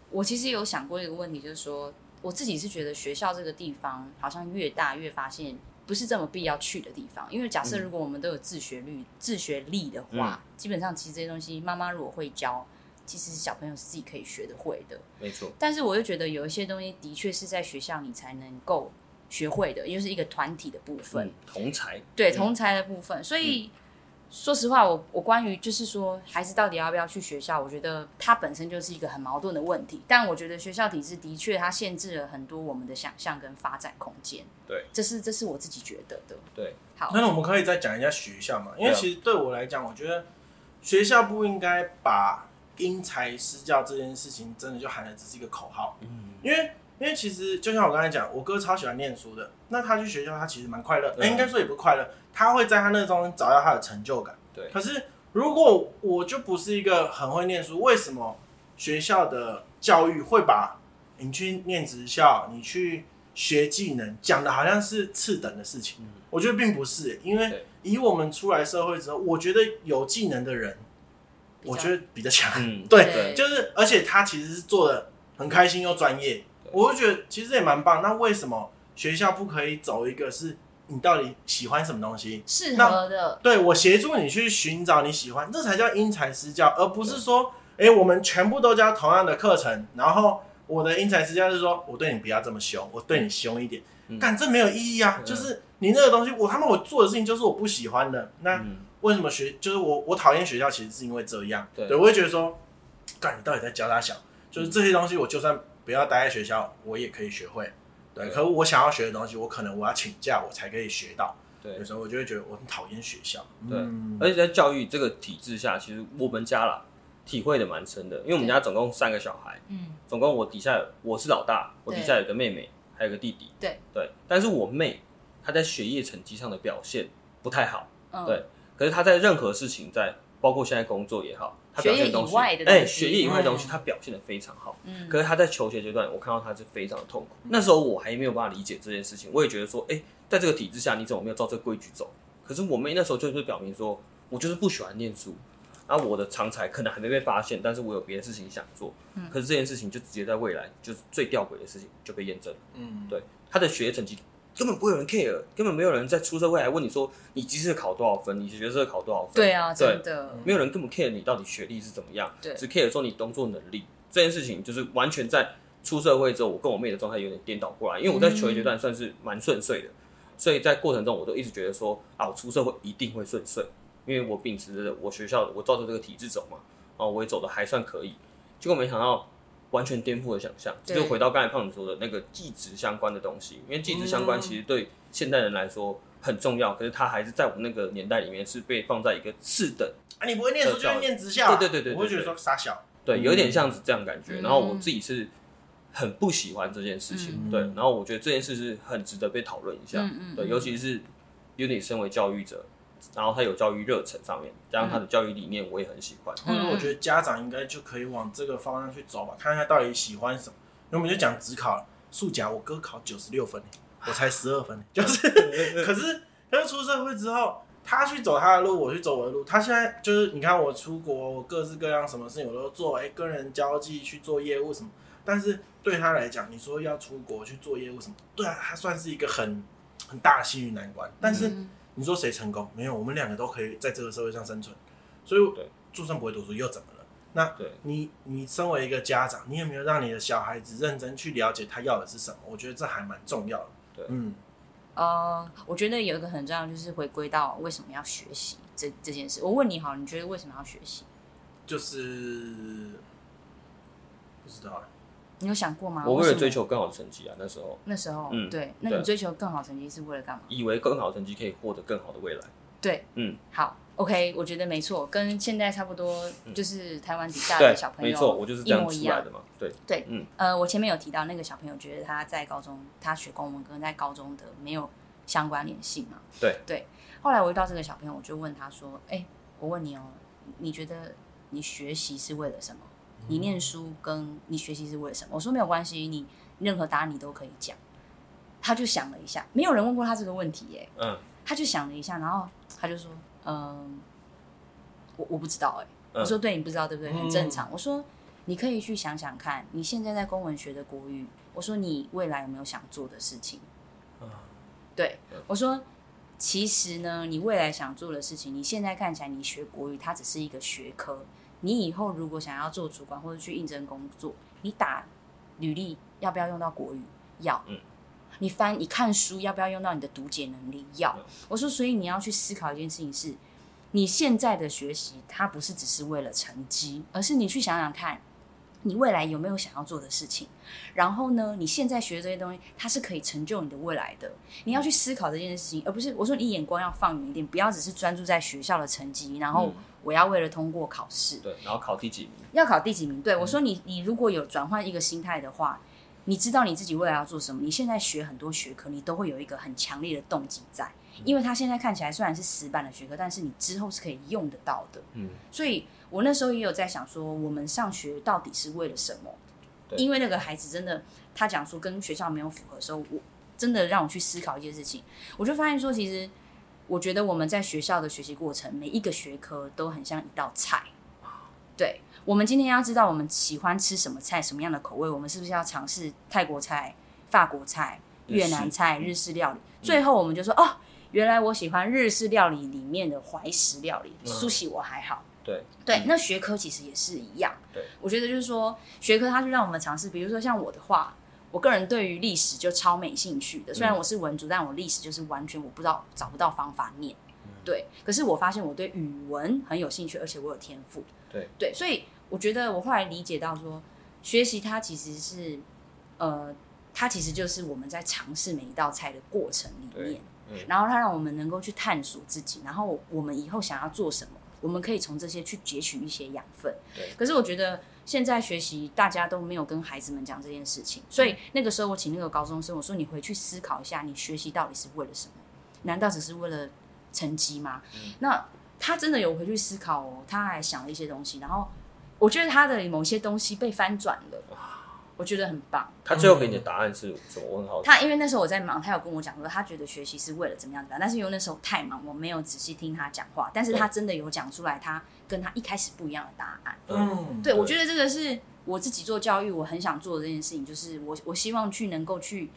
S3: 我其实有想过一个问题，就是说我自己是觉得学校这个地方好像越大越发现不是这么必要去的地方，因为假设如果我们都有自学率、自学力的话，基本上其实这些东西妈妈如果会教，其实小朋友是自己可以学得会的。
S1: 没错，
S3: 但是我又觉得有一些东西的确是在学校你才能够学会的，也就是一个团体的部分。
S1: 嗯，同才
S3: 对
S1: 嗯
S3: 同才的部分。所以、说实话，我我关于就是说孩子到底要不要去学校，我觉得它本身就是一个很矛盾的问题。但我觉得学校体制的确它限制了很多我们的想象跟发展空间。
S1: 对，
S3: 这是这是我自己觉得的。
S1: 对，
S3: 好，
S2: 那我们可以再讲一下学校嘛，因为
S1: 对啊
S2: 其实对我来讲，我觉得学校不应该把因材施教这件事情真的就喊的只是一个口号，
S1: 嗯，
S2: 因为因为其实就像我刚才讲，我哥超喜欢念书的，那他去学校他其实蛮快乐，
S1: 嗯
S2: 哎、应该说也不快乐，他会在他那中找到他的成就感。
S1: 对
S2: 可是如果我就不是一个很会念书，为什么学校的教育会把你去念职校，你去学技能讲的好像是次等的事情？
S1: 嗯
S2: 我觉得并不是，因为
S1: 对
S2: 以我们出来社会之后，我觉得有技能的人，
S3: 比较
S2: 我觉得比较强。
S1: 嗯，
S2: 对
S3: 对
S2: 就是而且他其实是做的很开心又专业，
S1: 对
S2: 我就觉得其实也蛮棒。那为什么学校不可以走一个是你到底喜欢什么东西？
S3: 适合的
S2: 对我协助你去寻找你喜欢，这才叫因材施教，而不是说，哎，我们全部都教同样的课程，然后我的因材施教是说我对你不要这么凶，我对你凶一点，
S1: 嗯
S2: 干这没有意义啊！
S1: 嗯
S2: 就是你那个东西，我他妈我做的事情就是我不喜欢的，那。
S1: 嗯
S2: 为什么学就是我我讨厌学校，其实是因为这样。
S1: 对
S2: 我会觉得说，干你到底在教他小，就是这些东西，我就算不要待在学校，我也可以学会。对，
S1: 对
S2: 可我想要学的东西，我可能我要请假，我才可以学到。
S1: 对
S2: 有，时候我就会觉得我很讨厌学校。
S1: 对
S2: 嗯
S1: 而且在教育这个体制下，其实我们家啦体会的蛮深的，因为我们家总共三个小孩，
S3: 嗯，
S1: 总共我底下有我是老大，我
S3: 对
S1: 底下有个妹妹，还有个弟弟，
S3: 对
S1: 对，但是我妹她在学业成绩上的表现不太好，
S3: 嗯，
S1: 对可是她在任何事情在。包括现在工作也好，她
S3: 学
S1: 表
S3: 业
S1: 现的东西，
S3: 以外的东
S1: 哎、
S3: 西
S1: 学业以外的东西，
S2: 嗯
S1: 她表现的非常好。
S3: 嗯，
S1: 可是他在求学阶段，我看到他是非常痛苦。那时候我还没有办法理解这件事情，我也觉得说，哎、在这个体制下，你怎么没有照这个规矩走？可是我妹那时候就是表明说，我就是不喜欢念书，然后我的长才可能还没被发现，但是我有别的事情想做。
S3: 嗯
S1: 可是这件事情就直接在未来，就是最吊诡的事情就被验证了。
S2: 嗯，
S1: 对他的学业成绩根本不会有人 care，根本没有人在出社会来问你说你机师考多少分，你学社考多少分。
S3: 对啊，
S1: 对
S3: 真的，
S1: 没有人根本 care 你到底学历是怎么样，
S3: 对
S1: 只 care 说你工作能力这件事情，就是完全在出社会之后，我跟我妹的状态有点颠倒过来，因为我在求学阶段算是蛮顺遂的，所以在过程中我都一直觉得说啊，我出社会一定会顺遂，因为我秉持着我学校的我照着这个体制走嘛，啊，我也走的还算可以，结果没想到。完全颠覆了想象，
S3: 对
S1: 就回到刚才胖子说的那个技职相关的东西，因为技职相关
S2: 嗯
S1: 其实对现代人来说很重要，可是它还是在我们那个年代里面是被放在一个次等
S2: 啊，你不会念书就会念职校啊，
S1: 对对对对对对
S2: 我会觉得说傻小。
S1: 对，
S2: 嗯
S1: 有点像是这样感觉。
S3: 嗯
S1: 然后我自己是很不喜欢这件事
S2: 嗯
S1: 情，对。然后我觉得这件事是很值得被讨论一下，
S3: 嗯嗯，
S1: 对，
S3: 嗯
S1: 尤其是因为你身为教育者，然后他有教育热忱上面，加上他的教育理念，我也很喜欢。
S2: 或者
S3: 嗯
S2: 我觉得家长应该就可以往这个方向去走吧，看看他到底喜欢什么。因为我们就讲职考了，数甲我哥考九十六分，欸我才十二分，欸就是 *laughs*
S3: 嗯
S2: 可是，可是出社会之后，他去走他的路，我去走我的路。他现在就是，你看我出国，我各式各样什么事情我都做，哎、跟人交际去做业务什么。但是对他来讲，你说要出国去做业务什么，对啊，他算是一个很很大的幸运难关。但是
S3: 嗯
S2: 你说谁成功？没有，我们两个都可以在这个社会上生存。所以
S1: 对，
S2: 就算不会读书又怎么了？那
S1: 对
S2: 你你身为一个家长，你有没有让你的小孩子认真去了解他要的是什么？我觉得这还蛮重要的。
S1: 对
S2: 嗯，
S3: 呃，我觉得有一个很重要，就是回归到为什么要学习这这件事。我问你好，你觉得为什么要学习？
S2: 就是不知道啊，
S3: 你有想过吗？
S1: 我为
S3: 啊什
S1: 了
S3: 么
S1: 追求更好的成绩啊，那时候
S3: 那时候，
S1: 嗯
S3: 对，那
S1: 对
S3: 你追求更好成绩是为了干嘛？
S1: 以为更好的成绩可以获得更好的未来。
S3: 对，
S1: 嗯，
S3: 好，OK，我觉得没错，跟现在差不多，就是台湾底下
S1: 嗯对
S3: 的小，朋友
S1: 没错，我就是这
S3: 一
S1: 样
S3: 模一
S1: 出
S3: 样
S1: 来的嘛。对，
S3: 呃，我前面有提到那个小朋友觉得他在高中他学公文跟在高中的没有相关联性嘛。
S1: 对
S3: 对。后来我遇到这个小朋友，我就问他说：“哎、我问你哦，你觉得你学习是为了什么？
S1: 嗯
S3: 你念书跟你学习是为了什么？”我说没有关系，你任何答案你都可以讲。他就想了一下，没有人问过他这个问题耶、
S1: 嗯，
S3: 他就想了一下，然后他就说：“嗯、我我不知道哎、
S1: 嗯
S3: 我说对你不知道对不对？很正
S2: 嗯
S3: 常。我说你可以去想想看，你现在在公文学的国语，我说你未来有没有想做的事情？对，我说其实呢，你未来想做的事情，你现在看起来你学国语它只是一个学科，你以后如果想要做主管或者去应征工作，你打履历要不要用到国语？要。
S1: 嗯
S3: 你翻你看书要不要用到你的读解能力？要
S1: 嗯。
S3: 我说，所以你要去思考一件事情是，你现在的学习它不是只是为了成绩，而是你去想想看。你未来有没有想要做的事情？然后呢，你现在学这些东西，它是可以成就你的未来的。你要去思考这件事情，而不是我说你眼光要放远一点，不要只是专注在学校的成绩，然后
S1: 嗯
S3: 我要为了通过考试，
S1: 对，然后考第几名？
S3: 要考第几名？对我说你，你如果有转换一个心态的话，你知道你自己未来要做什么。你现在学很多学科，你都会有一个很强烈的动机在，因为它现在看起来虽然是死板的学科，但是你之后是可以用得到的。
S1: 嗯，
S3: 所以我那时候也有在想说，我们上学到底是为了什么？
S1: 对
S3: 因为那个孩子真的，他讲说跟学校没有符合的时候，我真的让我去思考一件事情，我就发现说，其实我觉得我们在学校的学习过程，每一个学科都很像一道菜。对，我们今天要知道我们喜欢吃什么菜，什么样的口味，我们是不是要尝试泰国菜、法国菜、
S1: 日
S3: 越
S1: 式
S3: 南菜、日式料理？
S1: 嗯
S3: 最后我们就说，哦，原来我喜欢日式料理里面的怀石料理，
S1: 嗯
S3: 苏喜我还好。
S1: 对，
S3: 对，那学科其实也是一样。
S1: 嗯对，
S3: 我觉得就是说，学科它就让我们尝试，比如说像我的话，我个人对于历史就超没兴趣的。
S1: 嗯
S3: 虽然我是文组，但我历史就是完全我不知道找不到方法念。
S1: 嗯
S3: 对，可是我发现我对语文很有兴趣，而且我有天赋。
S1: 对
S3: 对，所以我觉得我后来理解到说，学习它其实是，呃，它其实就是我们在尝试每一道菜的过程里面
S1: 对。嗯
S3: 然后它让我们能够去探索自己，然后我们以后想要做什么，我们可以从这些去截取一些养分
S1: 对。
S3: 可是我觉得现在学习大家都没有跟孩子们讲这件事情，所以
S1: 嗯
S3: 那个时候我请那个高中生，我说你回去思考一下，你学习到底是为了什么？难道只是为了成绩吗？
S1: 嗯
S3: 那他真的有回去思考哦，他还想了一些东西，然后我觉得他的某些东西被翻转了，我觉得很棒。
S1: 他最后给你的答案是什么？我很好奇。
S3: 他因为那时候我在忙，他有跟我讲说，他觉得学习是为了怎么样怎么样，但是因为那时候太忙，我没有仔细听他讲话，但是他真的有讲出来，他跟他一开始不一样的答案。
S2: 嗯，
S3: 对，
S1: 对
S3: 我觉得这个是我自己做教育，我很想做的这件事情，就是我我希望去能够去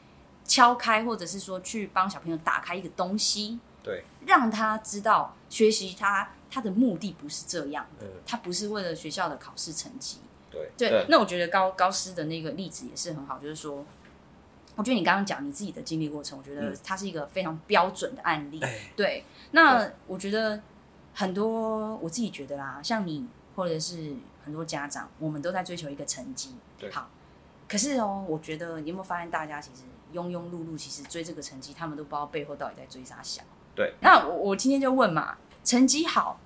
S3: 敲开，或者是说去帮小朋友打开一个东西，
S1: 对，
S3: 让他知道学习他他的目的不是这样的
S1: 嗯，
S3: 他不是为了学校的考试成绩，
S1: 对
S3: 对，那我觉得高高师的那个例子也是很好，就是说，我觉得你刚刚讲你自己的经历过程，我觉得
S1: 嗯
S3: 它是一个非常标准的案例。
S1: 哎
S3: 对，那我觉得很多我自己觉得啦，像你或者是很多家长，我们都在追求一个成绩。
S1: 对
S3: 好，可是哦，我觉得你有没有发现，大家其实庸庸碌碌，其实追这个成绩，他们都不知道背后到底在追啥小。
S1: 对，
S3: 那我我今天就问嘛，成绩好，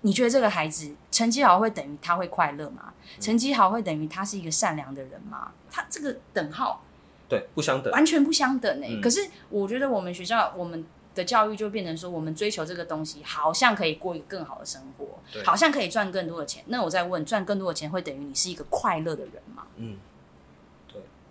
S3: 你觉得这个孩子成绩好会等于他会快乐吗？成绩好会等于他是一个善良的人吗？他这个等号
S1: 对，不相等。
S3: 完全不相等哎、
S1: 嗯
S3: 可是我觉得我们学校我们的教育就变成说，我们追求这个东西，好像可以过一个更好的生活，
S1: 对
S3: 好像可以赚更多的钱。那我再问，赚更多的钱会等于你是一个快乐的人吗？
S1: 嗯，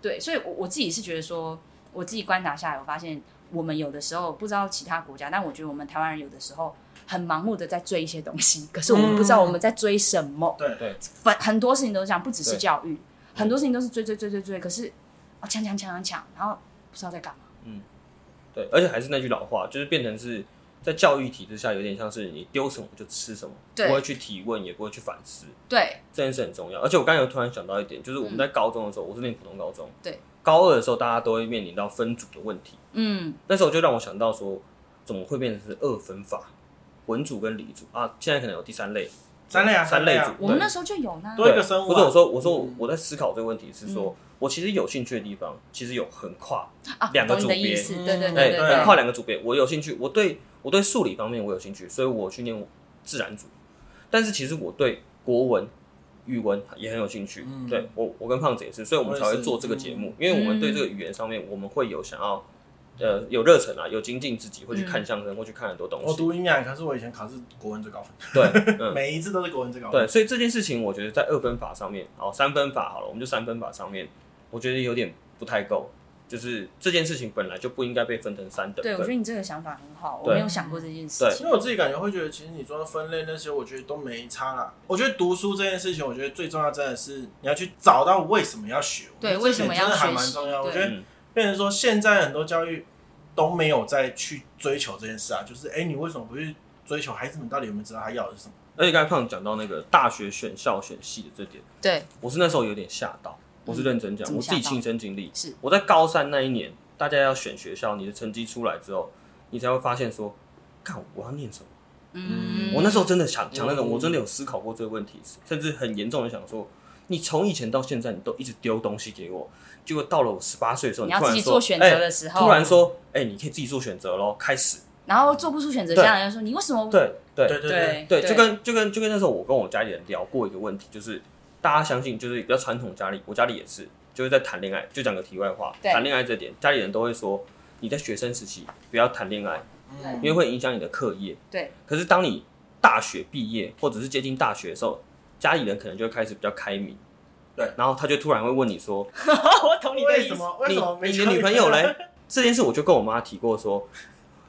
S3: 对，所以我我自己是觉得说，我自己观察下来，我发现我们有的时候不知道其他国家，但我觉得我们台湾人有的时候很盲目的在追一些东西，可是我们不知道我们在追什么。
S2: 对
S1: 嗯对，
S3: 很很多事情都是这样，不只是
S1: 对
S3: 教育，很多事情都是追追追追追，可是哦抢抢抢抢抢，然后不知道在干嘛。
S1: 对，而且还是那句老话，就是变成是在教育体制下，有点像是你丢什么就吃什么，
S3: 对
S1: 不会去提问，也不会去反思，
S3: 对
S1: 这件事很重要。而且我刚才有突然想到一点，就是我们在高中的时候，我是念普通高中，
S3: 嗯对，
S1: 高二的时候大家都会面临到分组的问题，
S3: 嗯，
S1: 那时候就让我想到说，怎么会变成是二分法，文组跟理组啊？现在可能有第三类，
S2: 三类啊，
S1: 三
S2: 类
S1: 类
S2: 啊
S1: 组，
S3: 我们那时候就有呢。
S2: 多一个生物啊
S1: 不是我说，我说
S3: 嗯
S1: 我我在思考这个问题是说，我其实有兴趣的地方，其实有很跨，
S3: 啊，
S1: 两个
S3: 懂你的
S1: 组别
S3: 意思，对对
S2: 嗯
S3: 对
S1: 哎，
S3: 对啊
S2: 对
S1: 很跨两个组别，我有兴趣，我对我对数理方面我有兴趣，所以我去念自然组，但是其实我对国文。语文也很有兴趣，
S2: 嗯
S1: 对我，我跟胖子也是，所以我们才会做这个节目，因为我们对这个语言上面，我们会有想要，呃，有热忱啊，有精进自己，会去看相声，会去看很多东
S2: 我
S1: 西。
S2: 读营养，可是我以前考试国文最高分， *laughs*
S1: 对，嗯，
S2: 每一次都是国文最高分。
S1: 对，所以这件事情，我觉得在二分法上面，哦，三分法好了，我们就三分法上面，我觉得有点不太够。就是这件事情本来就不应该被分成三等
S3: 对，我觉
S1: 份。
S3: 得你这个想法很好，我
S1: 对
S3: 没有想过这件事
S2: 其
S3: 情
S2: 实。我自己感觉会觉得，其实你说分类那些，我觉得都没差啦。我觉得读书这件事情，我觉得最重要真的是你要去找到为什么要学。我
S3: 对
S2: 觉得
S3: 为什么
S2: 这点
S3: 要
S2: 真的还
S3: 学
S2: 蛮
S3: 习
S2: 重要。我
S3: 对
S2: 觉得
S1: 嗯
S2: 变成说现在很多教育都没有再去追求这件事啊，就是哎、诶你为什么不去追求孩子们到底有没有知道他要的是什么？
S1: 而且刚才胖讲到那个大学选校选系的这点，
S3: 对，
S1: 我是那时候有点吓到，我是认真讲
S3: 嗯怎，么
S1: 我自己
S3: 吓到
S1: 亲身经历。
S3: 是
S1: 我在高三那一年，大家要选学校，你的成绩出来之后，你才会发现说，看我要念什么。
S3: 嗯，
S1: 我那时候真的想讲那个，
S2: 嗯
S1: 我真的有思考过这个问题，甚至很严重的想说，你从以前到现在，你都一直丢东西给我，结果到了我十八岁的时候，
S3: 你
S1: 你
S3: 要
S1: 突
S3: 自
S1: 然
S3: 己
S1: 说，
S3: 做选择
S1: 哎
S3: 的时候，哦
S1: 突然说，哎、你可以自己做选择咯，开始。
S3: 然后做不出选择，
S1: 对
S3: 家人就说你为什么？
S1: 对对
S2: 对对对，
S1: 对，就跟就跟就跟那时候我跟我家里人聊过一个问题，就是大家相信就是比较传统家里，我家里也是，就是在谈恋爱。就讲个题外话，
S3: 对
S1: 谈恋爱这点，家里人都会说你在学生时期不要谈恋爱，
S2: 嗯
S1: 因为会影响你的课业。
S3: 对，
S1: 可是当你大学毕业或者是接近大学的时候，家里人可能就会开始比较开明。
S2: 对，
S1: 然后他就突然会问你说：“
S3: 我懂你的
S2: 为
S3: 意
S2: 什
S3: 思。
S2: 么为
S1: 你
S2: 什么没
S1: 你
S2: 交
S1: 的女朋友嘞？ *laughs* 这件事我就跟我妈提过说，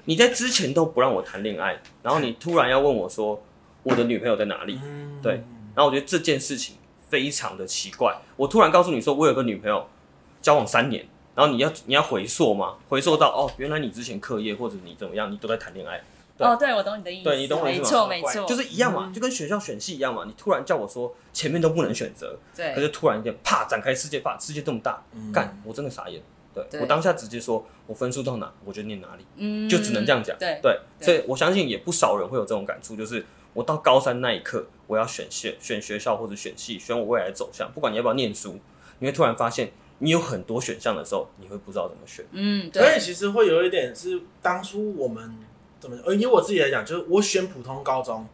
S1: 你在之前都不让我谈恋爱，然后你突然要问我说我的女朋友在哪里，
S2: 嗯
S1: 对然后我觉得这件事情非常的奇怪。我突然告诉你说我有个女朋友，交往三年，然后你要你要回溯吗？回溯到哦，原来你之前课业或者你怎么样，你都在谈恋爱，对
S3: 哦，对，我懂你的意思。
S1: 对你懂我意思
S3: 没
S1: 吗
S3: 错，没错，
S1: 就是一样嘛，
S2: 嗯
S1: 就跟学校选系一样嘛。你突然叫我说前面都不能选择，可
S3: 对
S1: 是突然间啪展开世界，啪世界这么大，
S2: 嗯
S1: 干，我真的傻眼。对
S3: 对
S1: 我当下直接说，我分数到哪我就念哪里。
S3: 嗯
S1: 就只能这样讲。
S3: 对
S1: 对，
S3: 对
S1: 所以我相信也不少人会有这种感触，就是我到高三那一刻，我要选系、选学校或者选系、选我未来的走向，不管你要不要念书，你会突然发现你有很多选项的时候，你会不知道怎么选。
S3: 嗯，
S2: 所以
S3: 对，
S2: 其实会有一点是当初我们怎么，呃，以我自己来讲，就是我选普通高中，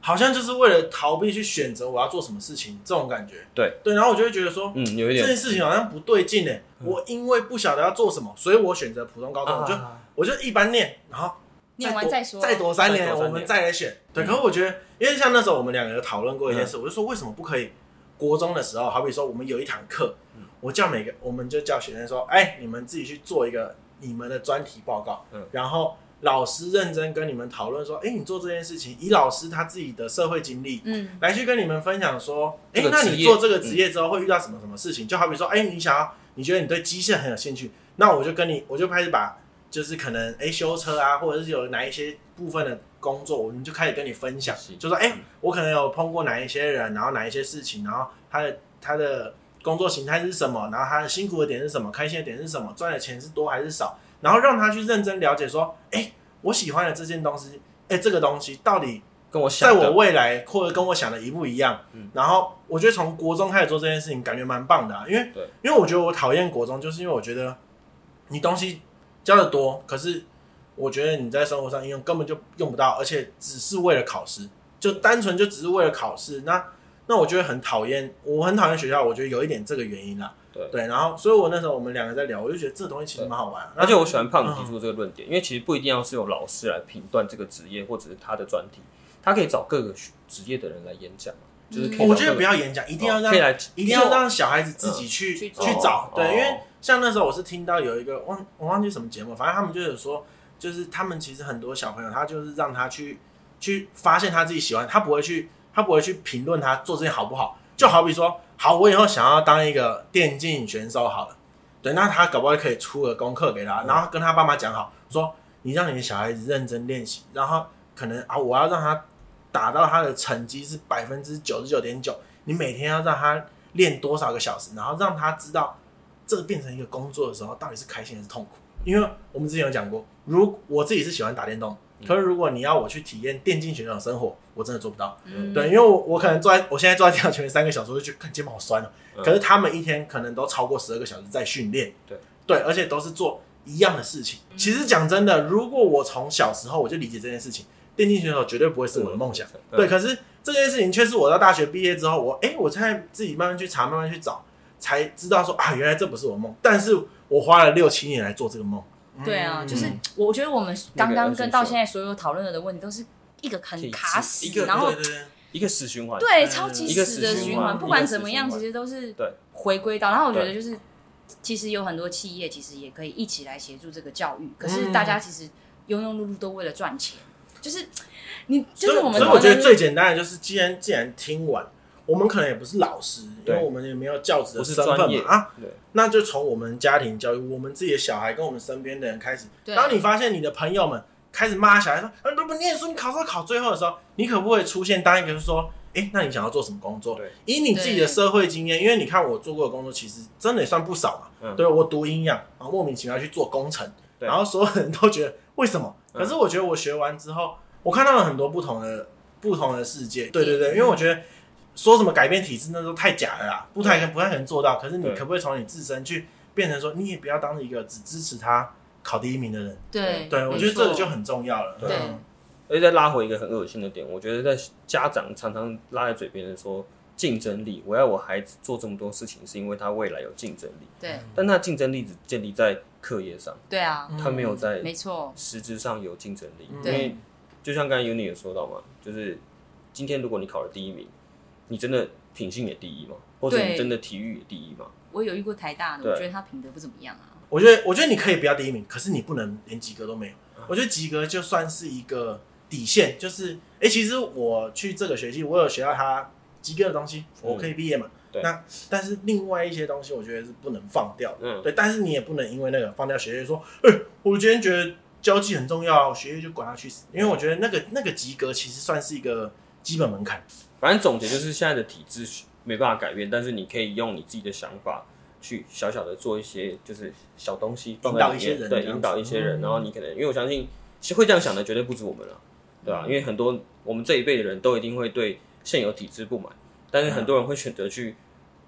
S2: 好像就是为了逃避去选择我要做什么事情这种感觉。
S1: 对
S2: 对，然后我就会觉得说，
S1: 嗯，有一
S2: 这
S1: 点
S2: 件事情好像不对劲哎，我因为不晓得要做什么，所以我选择普通高中，我就
S1: 啊
S2: 我就一般念，然后
S3: 念完
S2: 多
S3: 再说啊
S2: 再多三
S1: 再
S2: 年，
S1: 躲三
S2: 我
S1: 年
S2: 们再来选。嗯对，
S1: 嗯
S2: 可是我觉得，因为像那时候我们两个有讨论过一件事，我就说为什么不可以？国中的时候，好比说我们有一堂课，我叫每个，我们就叫学生说，哎、你们自己去做一个你们的专题报告，
S1: 嗯
S2: 然后老师认真跟你们讨论说，哎、你做这件事情，以老师他自己的社会经历。
S3: 嗯，
S2: 来去跟你们分享说，哎、
S1: 这个
S2: 那
S1: 职
S2: 你
S1: 业嗯
S2: 做这个职业之后会遇到什么什么事情？就好比说，哎、你想要，你觉得你对机械很有兴趣，那我就跟你，我就开始把就是可能哎、修车啊，或者是有哪一些部分的工作，我们就开始跟你分享
S1: 是，
S2: 就说，哎、
S1: 嗯
S2: 我可能有碰过哪一些人，然后哪一些事情，然后他的他的工作形态是什么，然后他的辛苦的点是什么，开心的点是什么，赚的钱是多还是少，然后让他去认真了解说，哎、我喜欢的这件东西，哎、这个东西到底
S1: 跟我
S2: 在
S1: 想
S2: 我
S1: 的，
S2: 未来或者跟我想的一不一样。
S1: 嗯
S2: 然后我觉得从国中开始做这件事情，感觉蛮棒的、啊，因为
S1: 对
S2: 因为我觉得我讨厌国中，就是因为我觉得你东西教的多，可是我觉得你在生活上应用根本就用不到，而且只是为了考试，就单纯就只是为了考试。那那我觉得很讨厌，我很讨厌学校，我觉得有一点这个原因啦。
S1: 对
S2: 然后所以我那时候我们两个在聊，我就觉得这东西其实蛮好玩啊、
S1: 而且我喜欢胖子提出的这个论点，因为其实不一定要是由老师来评断这个职业或者是他的专题，他可以找各个学职业的人来演讲嘛，就是可以
S3: 嗯
S2: 我
S1: 找
S2: 觉得
S1: 各
S2: 不
S1: 个
S2: 要演讲，一定要
S1: 哦
S2: 让
S1: 可以来
S2: 一定要让小孩子自己去、
S3: 嗯
S2: 去
S3: 去
S2: 找
S1: 哦，
S2: 对，
S1: 哦
S2: 因为像那时候我是听到有一个忘我忘记什么节目，反正他们就有说，就是他们其实很多小朋友，他就是让他去去发现他自己喜欢，他不会去他不会去评论他做这件好不好，就好比说，好，我以后想要当一个电竞选手好了，对，那他搞不好可以出个功课给他，
S1: 嗯
S2: 然后跟他爸妈讲好，说你让你的小孩子认真练习，然后可能啊，我要让他打到他的成绩是百分之九十九点九，你每天要让他练多少个小时，然后让他知道这个变成一个工作的时候到底是开心还是痛苦。因为我们之前有讲过，如我自己是喜欢打电动，可是如果你要我去体验电竞选手的生活，我真的做不到。
S3: 嗯
S2: 对，因为我我可能坐在我现在坐在电脑前面三个小时，我就觉得看肩膀好酸哦、
S1: 嗯
S2: 可是他们一天可能都超过十二个小时在训练，
S1: 对
S2: 对，而且都是做一样的事情。其实讲真的，如果我从小时候我就理解这件事情，电竞选手绝对不会是我的梦想。
S1: 嗯
S2: 对，可是这件事情却是我到大学毕业之后，我哎、我才自己慢慢去查，慢慢去找，才知道说啊，原来这不是我的梦，但是我花了六七年来做这个梦。
S3: 对啊，
S2: 嗯
S3: 就是我觉得我们刚
S1: 那
S3: 刚
S1: 个
S3: 跟到现在所有讨论的问题都是一个很卡死
S1: 一，个
S3: 然后
S2: 对对对
S1: 一个死循环。
S3: 对
S2: 嗯
S3: 超级
S1: 一个
S3: 死
S1: 死
S3: 的
S1: 循
S3: 循
S1: 环
S3: 环，不
S1: 一个
S3: 管
S1: 死
S3: 怎么
S1: 循
S3: 样，
S1: 环
S3: 其实都是
S1: 对
S3: 回归到。然后我觉
S1: 对
S3: 得就是其实有很多企业其实也可以一起来协助这个教育，可
S1: 嗯
S3: 是大家其实庸庸碌碌都为了赚钱，就是你就
S2: 所以
S3: 是我们
S2: 所以
S3: 活
S2: 我觉得
S3: 在
S2: 最简单的就是，既然既然听完，我们可能也不是老师，因
S1: 对
S2: 为我们也没有教职
S1: 不
S2: 的
S1: 是
S2: 身
S1: 专
S2: 份
S1: 业
S2: 嘛啊，
S1: 对，
S2: 那就从我们家庭教育，我们自己的小孩跟我们身边的人开始。
S3: 对
S2: 当你发现你的朋友们开始骂小孩说：“啊，你都不念书，你考试都考最后的时候，你可不可以出现当一个人说？”哎，那你想要做什么工作
S1: 对？
S2: 以你自己的社会经验，因为你看我做过的工作，其实真的也算不少嘛。
S1: 嗯
S2: 对我读营养，然后莫名其妙去做工程，
S1: 对
S2: 然后所有人都觉得为什么？
S1: 嗯
S2: 可是我觉得我学完之后，我看到了很多不同的不同的世界。对
S3: 嗯
S2: 对对，因为我觉得说什么改变体制那都太假了啦，不太可不太可能做到。可是你
S1: 对
S2: 可不可以从你自身去变成说，你也不要当一个只支持他考第一名的人？
S3: 对
S2: 对，
S3: 没
S2: 我觉得这个
S3: 错
S2: 就很重要了。
S1: 对
S2: 嗯
S1: 而且再拉回一个很恶心的点，我觉得在家长常常拉在嘴边的说竞争力，我要我孩子做这么多事情，是因为他未来有竞争力，
S3: 对
S1: 但他竞争力只建立在课业上，
S3: 对啊，
S1: 他没有在
S3: 没错，
S1: 实质上有竞争力，
S2: 嗯
S1: 因
S3: 对
S1: 为就像刚才 Uni 也说到嘛，就是今天如果你考了第一名，你真的品性也第一嘛，或者
S3: 对
S1: 你真的体育也第一嘛，
S3: 我有遇过台大的，
S1: 对
S3: 我觉得他评的不怎么样啊。
S2: 我觉得，我觉得你可以不要第一名，可是你不能连及格都没有。
S1: 嗯
S2: 我觉得及格就算是一个底线，就是哎、诶其实我去这个学期，我有学到他及格的东西，我可以毕业嘛。
S1: 嗯对
S2: 那但是另外一些东西，我觉得是不能放掉的。
S1: 嗯，
S2: 对，但是你也不能因为那个放掉学业，说，哎、我今天觉得交际很重要啊，我学业就管他去死。因为我觉得那个那个及格其实算是一个基本门槛。
S1: 反正总结就是现在的体制没办法改变，但是你可以用你自己的想法去小小的做一些就是小东西放在里面，
S2: 引导一些人
S1: 对，
S2: 这样子
S1: 引导一些人，
S2: 嗯
S1: 然后你可能因为我相信是会这样想的，绝对不止我们了，对吧、因为很多我们这一辈的人都一定会对现有体制不满，但是很多人会选择去。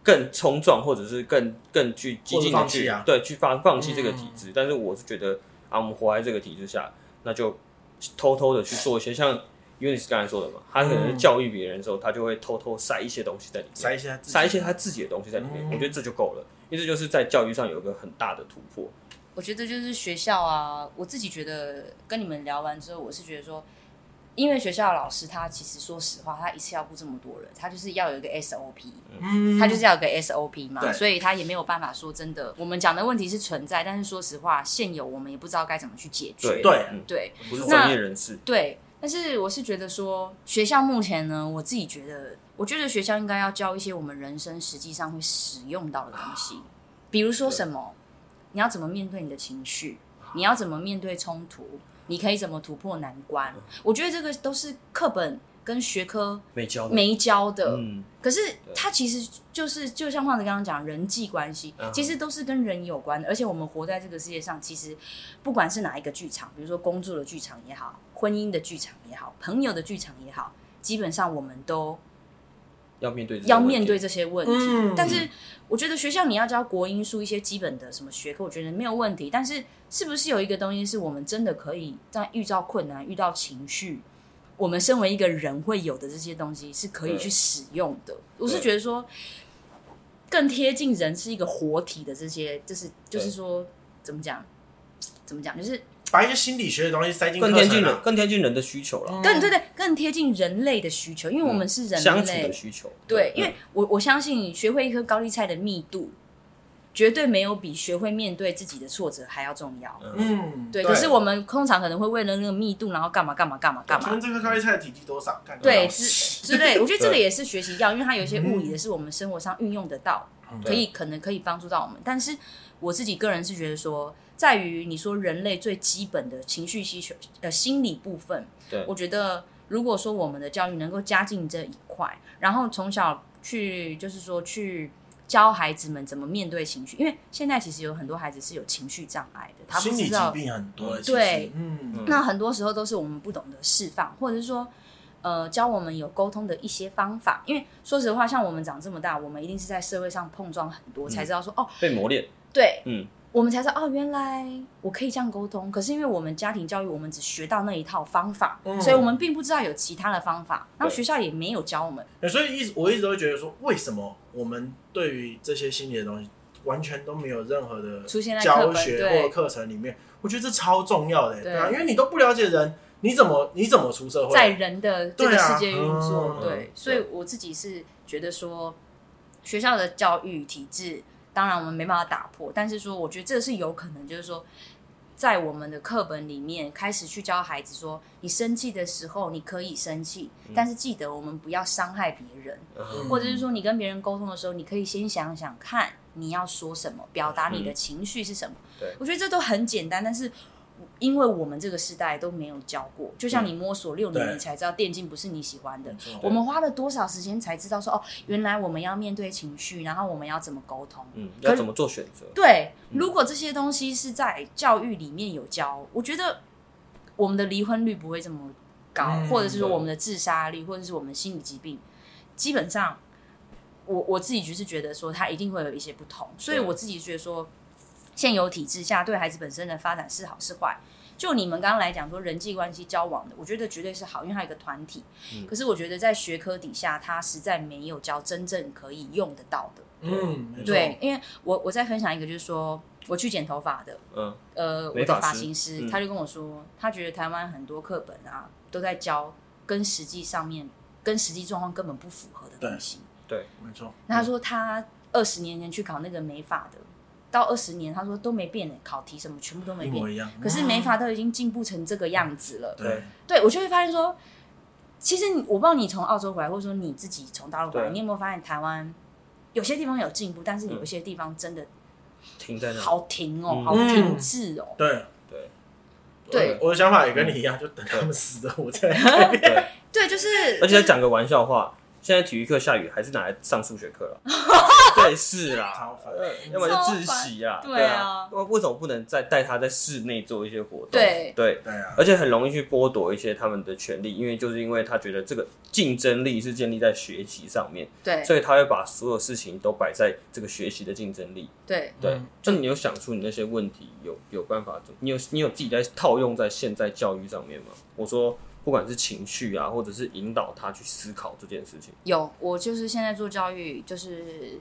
S1: 更冲撞，或者是更更去激进
S2: 或
S1: 的
S2: 者放
S1: 去、
S2: 弃啊
S1: 对去放放弃这个体制，但是我是觉得啊，我们活在这个体制下，那就偷偷的去做一些像 Unis 刚才说的嘛，他可能是教育别人的时候，他就会偷偷塞一些东西在里面，
S2: 塞一些
S1: 嗯塞一些他自己的东西在里面，
S2: 嗯
S1: 我觉得这就够了，因为这就是在教育上有一个很大的突破。
S3: 我觉得就是学校啊，我自己觉得跟你们聊完之后，我是觉得说，因为学校的老师他其实说实话，他一次要顾这么多人，他就是要有一个 SOP，、
S2: 嗯
S3: 他就是要有一个 SOP 嘛，
S2: 对
S3: 所以他也没有办法说真的。我们讲的问题是存在，但是说实话，现有我们也不知道该怎么去解决。
S2: 对
S1: 嗯，
S3: 对
S1: 不是
S3: 那
S1: 专业人士，
S3: 对，但是我是觉得说，学校目前呢，我自己觉得，我觉得学校应该要教一些我们人生实际上会使用到的东西，比如说什么，你要怎么面对你的情绪，你要怎么面对冲突，你可以怎么突破难关。我觉得这个都是课本跟学科
S1: 没教的，
S3: 没教的，
S1: 嗯，
S3: 可是它其实就是就像胖子刚刚讲，人际关系
S1: 嗯
S3: 其实都是跟人有关的。而且我们活在这个世界上，其实不管是哪一个剧场，比如说工作的剧场也好，婚姻的剧场也好，朋友的剧场也好，基本上我们都
S1: 要面对这些
S3: 要
S1: 问题
S3: 面对这些问题。
S2: 嗯
S3: 但是我觉得学校你要教国英数一些基本的什么学科，我觉得没有问题。但是是不是有一个东西是我们真的可以在遇到困难、遇到情绪，我们身为一个人会有的这些东西是可以去使用的？我是觉得说，更贴近人是一个活体的这些，就是就是说怎么讲，怎么讲，就是
S2: 把一些心理学的东西塞进
S1: 更
S2: 课
S1: 贴
S2: 程
S1: 近
S2: 啊
S1: 人，更贴近人的需求了，
S3: 更对对，更贴近人类的需求，因为我们是人类，
S1: 嗯相处的需求，嗯
S3: 对，因为我我相信学会一颗高丽菜的密度，绝对没有比学会面对自己的挫折还要重要。
S1: 嗯，
S2: 嗯，
S3: 对，可是我们通常可能会为了那个密度，然后干嘛干嘛干嘛干
S2: 请问
S3: 嘛，
S2: 这个高丽菜的体积多少？干
S3: 对
S2: 多少
S3: 之之类。我觉得这个
S1: 对
S3: 也是学习要，因为它有一些物理的是我们生活上运用得到，可以可能可以帮助到我们。但是我自己个人是觉得说，在于你说人类最基本的情绪需求呃心理部分，
S1: 对
S3: 我觉得如果说我们的教育能够加进这一块，然后从小去就是说去。教孩子们怎么面对情绪，因为现在其实有很多孩子是有情绪障碍的，他不
S2: 心理
S3: 知
S2: 疾
S3: 道
S2: 病很多，欸其
S3: 对
S2: 实，嗯，
S3: 那很多时候都是我们不懂得释放，或者是说，呃，教我们有沟通的一些方法。因为说实话，像我们长这么大，我们一定是在社会上碰撞很多，才知道说，哦，
S1: 被磨练，
S3: 对，
S1: 嗯，
S3: 我们才知道，哦，原来我可以这样沟通。可是因为我们家庭教育，我们只学到那一套方法，
S2: 嗯
S3: 所以我们并不知道有其他的方法。然后
S1: 对
S3: 学校也没有教我们，
S2: 所以一直我一直都会觉得说，为什么我们对于这些心理的东西完全都没有任何的
S3: 出现在课
S2: 教
S3: 本
S2: 学
S3: 对
S2: 或者课程里面？我觉得这超重要的、
S3: 对
S2: 对啊，因为你都不了解人，你怎么你怎么出社会？
S3: 在人的这个
S2: 对啊
S3: 世界运作。
S2: 嗯
S3: 对，所以我自己是觉得说，学校的教育体制当然我们没办法打破，但是说我觉得这是有可能，就是说在我们的课本里面开始去教孩子说，你生气的时候你可以生气，
S2: 嗯
S3: 但是记得我们不要伤害别人，
S1: 嗯
S3: 或者是说你跟别人沟通的时候，你可以先想想看你要说什么，表达你的情绪是什么。
S1: 对
S3: 我觉得这都很简单，但是。因为我们这个时代都没有教过，就像你摸索六年，
S2: 嗯对
S3: 你才知道电竞不是你喜欢的
S2: 没，错
S3: 我们花了多少时间才知道说哦，原来我们要面对情绪，然后我们要怎么沟通。
S1: 嗯，
S3: 可
S1: 要
S3: 是
S1: 怎么做选择？
S3: 对，如果这些东西是在教育里面有教，我觉得我们的离婚率不会这么高，
S2: 嗯
S3: 或者是说
S1: 对
S3: 我们的自杀率，或者是我们的心理疾病，基本上我我自己就是觉得说它一定会有一些不同，所以
S1: 对
S3: 我自己觉得说现有体制下对孩子本身的发展是好是坏。就你们刚刚来讲说人际关系交往的，我觉得绝对是好，因为它有一个团体。可是我觉得在学科底下，它实在没有教真正可以用得到的。
S2: 嗯，没错
S3: 对，，因为我我再分享一个，就是说我去剪头发的，
S1: 嗯，
S3: 呃，
S1: 美
S3: 我
S1: 发
S3: 的发
S1: 师
S3: 型师、
S1: 嗯
S3: 他就跟我说，他觉得台湾很多课本啊都在教跟实际上面跟实际状况根本不符合的东西。
S2: 没错，
S3: 那他说他二十年前去考那个美发的，到二十年他说都没变欸考题什么全部都没
S2: 一
S1: 哎
S2: 模
S3: 变，
S2: 一样。
S3: 可是美发都已经进步成这个样子了。
S2: 对，
S3: 对我就会发现说，其实你我不知道你从澳洲回来，或者说你自己从大陆回来，
S1: 对嗯
S3: 你有没有发现台湾有些地方有进步，但是有一些地方真的
S1: 停在那。
S3: 好停哦，
S1: 嗯
S3: 好停滞哦。
S2: 对嗯
S3: 对
S2: 我的想法也跟你一样，就等他们死了我再。
S1: 对，
S3: 对，就是
S1: 而且再讲个玩笑话，现在体育课下雨还是拿来上数学课
S3: *laughs*
S1: 了。对，是啦。
S2: 超烦。
S1: 呃要么就自习啊，
S3: 超烦
S1: 对
S3: 对啊
S1: 啊，为为什么不能再带他在室内做一些活动？
S3: 对
S1: 对，
S2: 对啊，
S1: 而且很容易去剥夺一些他们的权利，因为就是因为他觉得这个竞争力是建立在学习上面，
S3: 对
S1: 所以他会把所有事情都摆在这个学习的竞争力。
S3: 对
S1: 对
S2: 嗯，
S1: 就你有想出你那些问题，有有办法做？你有你有自己在套用在现在教育上面吗？我说，不管是情绪啊，或者是引导他去思考这件事情，
S3: 有我就是现在做教育，就是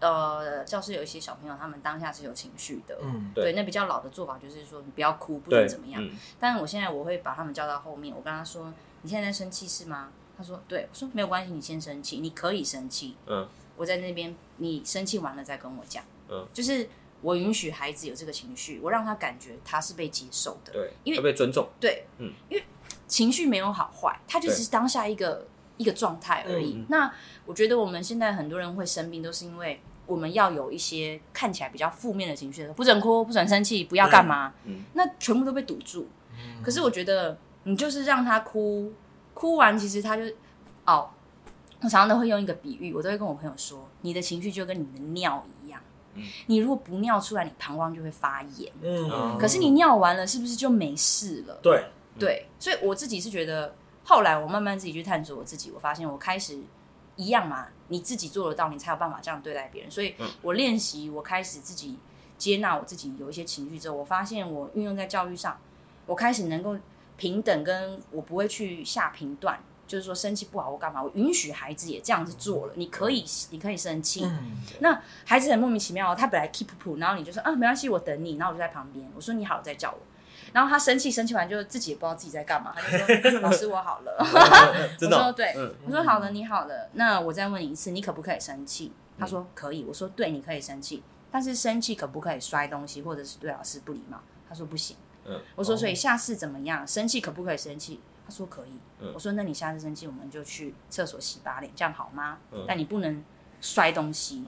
S3: 呃，教室有一些小朋友他们当下是有情绪的。
S2: 嗯，
S1: 对
S3: 对，那比较老的做法就是说，你不要哭，不
S1: 对，
S3: 准怎么样。
S1: 嗯，
S3: 但是我现在我会把他们叫到后面，我跟他说：“你现在在生气是吗？”他说：“对。”我说：“没有关系，你先生气，你可以生气。
S1: 嗯，
S3: 我在那边，你生气完了再跟我讲。
S1: 嗯，
S3: 就是我允许孩子有这个情绪，我让他感觉他是被接受的。
S1: 对，
S3: 因为
S1: 要被尊重，
S3: 对，
S1: 嗯，
S3: 因为情绪没有好坏，它就只是当下一个一个状态而已。
S1: 嗯
S3: 那我觉得我们现在很多人会生病，都是因为我们要有一些看起来比较负面的情绪，不准哭，不准生气，不要干嘛，
S1: 嗯
S3: 那全部都被堵住。可是我觉得你就是让他哭，哭完其实他就哦，我常常都会用一个比喻，我都会跟我朋友说，你的情绪就跟你的尿一样。
S1: 嗯哦
S3: 你如果不尿出来，你膀胱就会发炎。
S2: 嗯，
S3: 可是你尿完了，是不是就没事了？
S2: 对，
S3: 对，所以我自己是觉得，后来我慢慢自己去探索我自己，我发现我开始一样嘛，你自己做得到，你才有办法这样对待别人。所以
S1: 嗯
S3: 我练习，我开始自己呃接纳我自己有一些情绪之后，我发现我运用在教育上，我开始能够平等，跟我不会去下评断。就是说生气不好，我干嘛？我允许孩子也这样子做了。你可以，你可以生气，
S2: 嗯，
S3: 那孩子很莫名其妙哦，他本来 keep 噗噗，然后你就说啊没关系，我等你，然后我就在旁边，我说你好，再叫我。然后他生气，生气完就自己也不知道自己在干嘛，他就
S1: *laughs*
S3: 说老师我好了，
S1: *laughs* 真的
S3: 我说
S1: 哦，
S3: 对
S1: 嗯，
S3: 我说好了，你好了，那我再问你一次，你可不可以生气？他
S1: 嗯
S3: 说可以，我说对，你可以生气，但是生气可不可以摔东西或者是对老师不礼貌？他说不行。
S1: 嗯，
S3: 我说所以下次怎么样？生气可不可以生气？他说可以。
S1: 嗯
S3: 我说那你下次生气我们就去厕所洗把脸，这样好吗？
S1: 嗯啊
S3: 但你不能摔东西。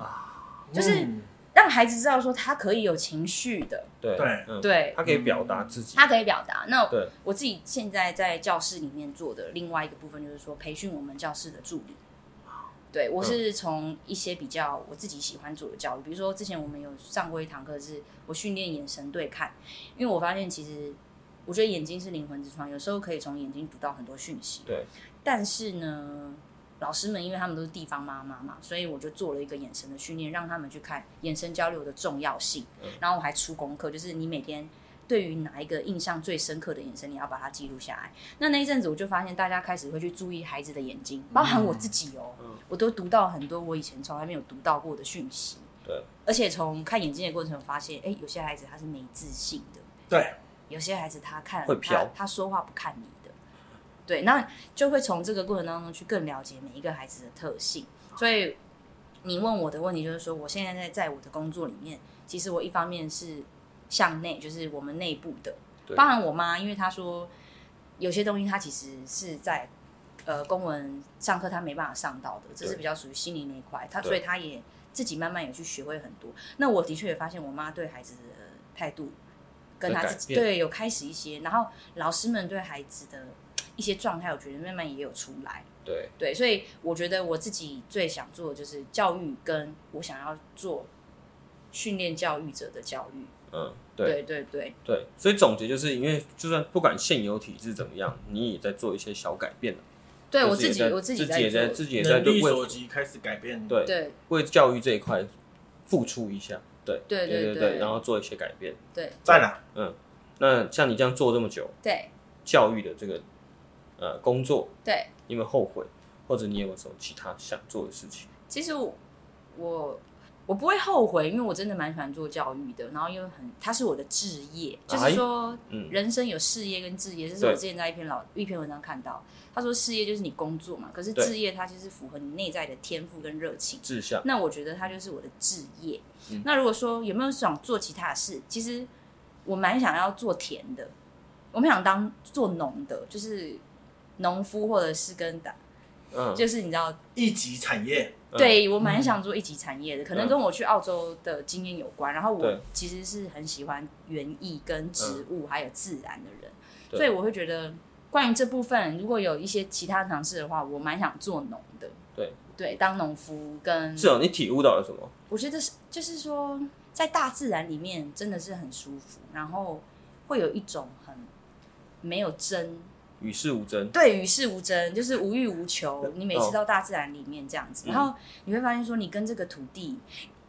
S2: 就是
S3: 让孩子知道说他可以有情绪的，
S1: 对
S2: 对
S1: 嗯，
S3: 对
S1: 他可以表达自己，
S3: 他可以表达。那
S1: 对
S3: 我自己现在在教室里面做的另外一个部分就是说，培训我们教室的助理。对
S1: 嗯
S3: 我是从一些比较我自己喜欢做的教育，比如说之前我们有上过一堂课，是我训练眼神对看，因为我发现其实我觉得眼睛是灵魂之窗，有时候可以从眼睛读到很多讯息。
S1: 对，
S3: 但是呢，老师们因为他们都是地方妈妈嘛，所以我就做了一个眼神的训练，让他们去看眼神交流的重要性。然后我还出功课，就是你每天对于哪一个印象最深刻的眼神，你要把它记录下来。那那一阵子我就发现，大家开始会去注意孩子的眼睛，包含我自己哦，
S1: 嗯
S3: 我都读到很多我以前从来没有读到过的讯息。
S1: 对，
S3: 而且从看眼睛的过程，我发现，哎，有些孩子他是没自信的。
S2: 对，
S3: 有些孩子他看
S1: 会
S3: 他
S1: 飘
S3: 他说话不看你的，对，那就会从这个过程当中去更了解每一个孩子的特性。所以你问我的问题就是说，我现在在在我的工作里面，其实我一方面是向内，就是我们内部的，
S1: 对
S3: 包含我妈，因为她说有些东西她其实是在呃公文上课她没办法上到的，这是
S1: 对
S3: 比较属于心灵那一块，她
S1: 对
S3: 所以她也自己慢慢也去学会很多。那我的确也发现我妈对孩子的态度跟
S1: 在
S3: 她
S1: 改
S3: 自己
S1: 变
S3: 对有开始一些，然后老师们对孩子的一些状态，我觉得慢慢也有出来。
S1: 对，
S3: 对，所以我觉得我自己最想做的就是教育，跟我想要做训练教育者的教育。
S1: 嗯，对
S3: 对对对，
S1: 对，所以总结就是因为就算不管现有体制怎么样，你也在做一些小改变了
S3: 对
S1: 就
S3: 我
S1: 是也
S3: 自己
S1: 在
S3: 我自己
S1: 己也在
S3: 做。
S1: 自己也在
S2: 能
S1: 对
S2: 力所
S1: 为
S2: 及开始改变，
S1: 对
S3: 对
S1: 为教育这一块付出一下，对
S3: 对
S1: 对
S3: 对
S1: 对，然后做一些改变。
S3: 对
S2: 在哪？
S1: 那像你这样做这么久，
S3: 对
S1: 教育的这个呃工作，
S3: 对，
S1: 你有没有后悔，或者你有没有什么其他想做的事情？
S3: 其实我我我不会后悔，因为我真的蛮喜欢做教育的，然后又很它是我的置业，就是
S1: 哎
S3: 说
S1: 嗯，
S3: 人生有事业跟置业，这是
S1: 对
S3: 我之前在一篇老一篇文章看到，他说事业就是你工作嘛，可是
S1: 对
S3: 置业它就是符合你内在的天赋跟热情。
S1: 志向，
S3: 那我觉得它就是我的置业。
S1: 嗯
S3: 那如果说有没有想做其他的事，其实我蛮想要做田的，我蛮想当做农的，就是农夫或者是跟打，
S1: 嗯，
S3: 就是你知道，
S2: 一级产业，
S1: 嗯，
S3: 对我蛮想做一级产业的，可能
S1: 嗯
S3: 跟我去澳洲的经验有关。然后我
S1: 对嗯
S3: 其实是很喜欢园艺跟植物还有自然的人，
S1: 对
S3: 所以我会觉得关于这部分，如果有一些其他尝试的话，我蛮想做农的。
S1: 对
S3: 对，当农夫跟
S1: 是哦，你体悟到了什么？
S3: 我觉得是，就是说，在大自然里面真的是很舒服，然后会有一种很没有争，
S1: 与世无争，
S3: 对与世无争，就是无欲无求。你每次到大自然里面这样子，
S1: 嗯
S3: 然后你会发现说，你跟这个土地，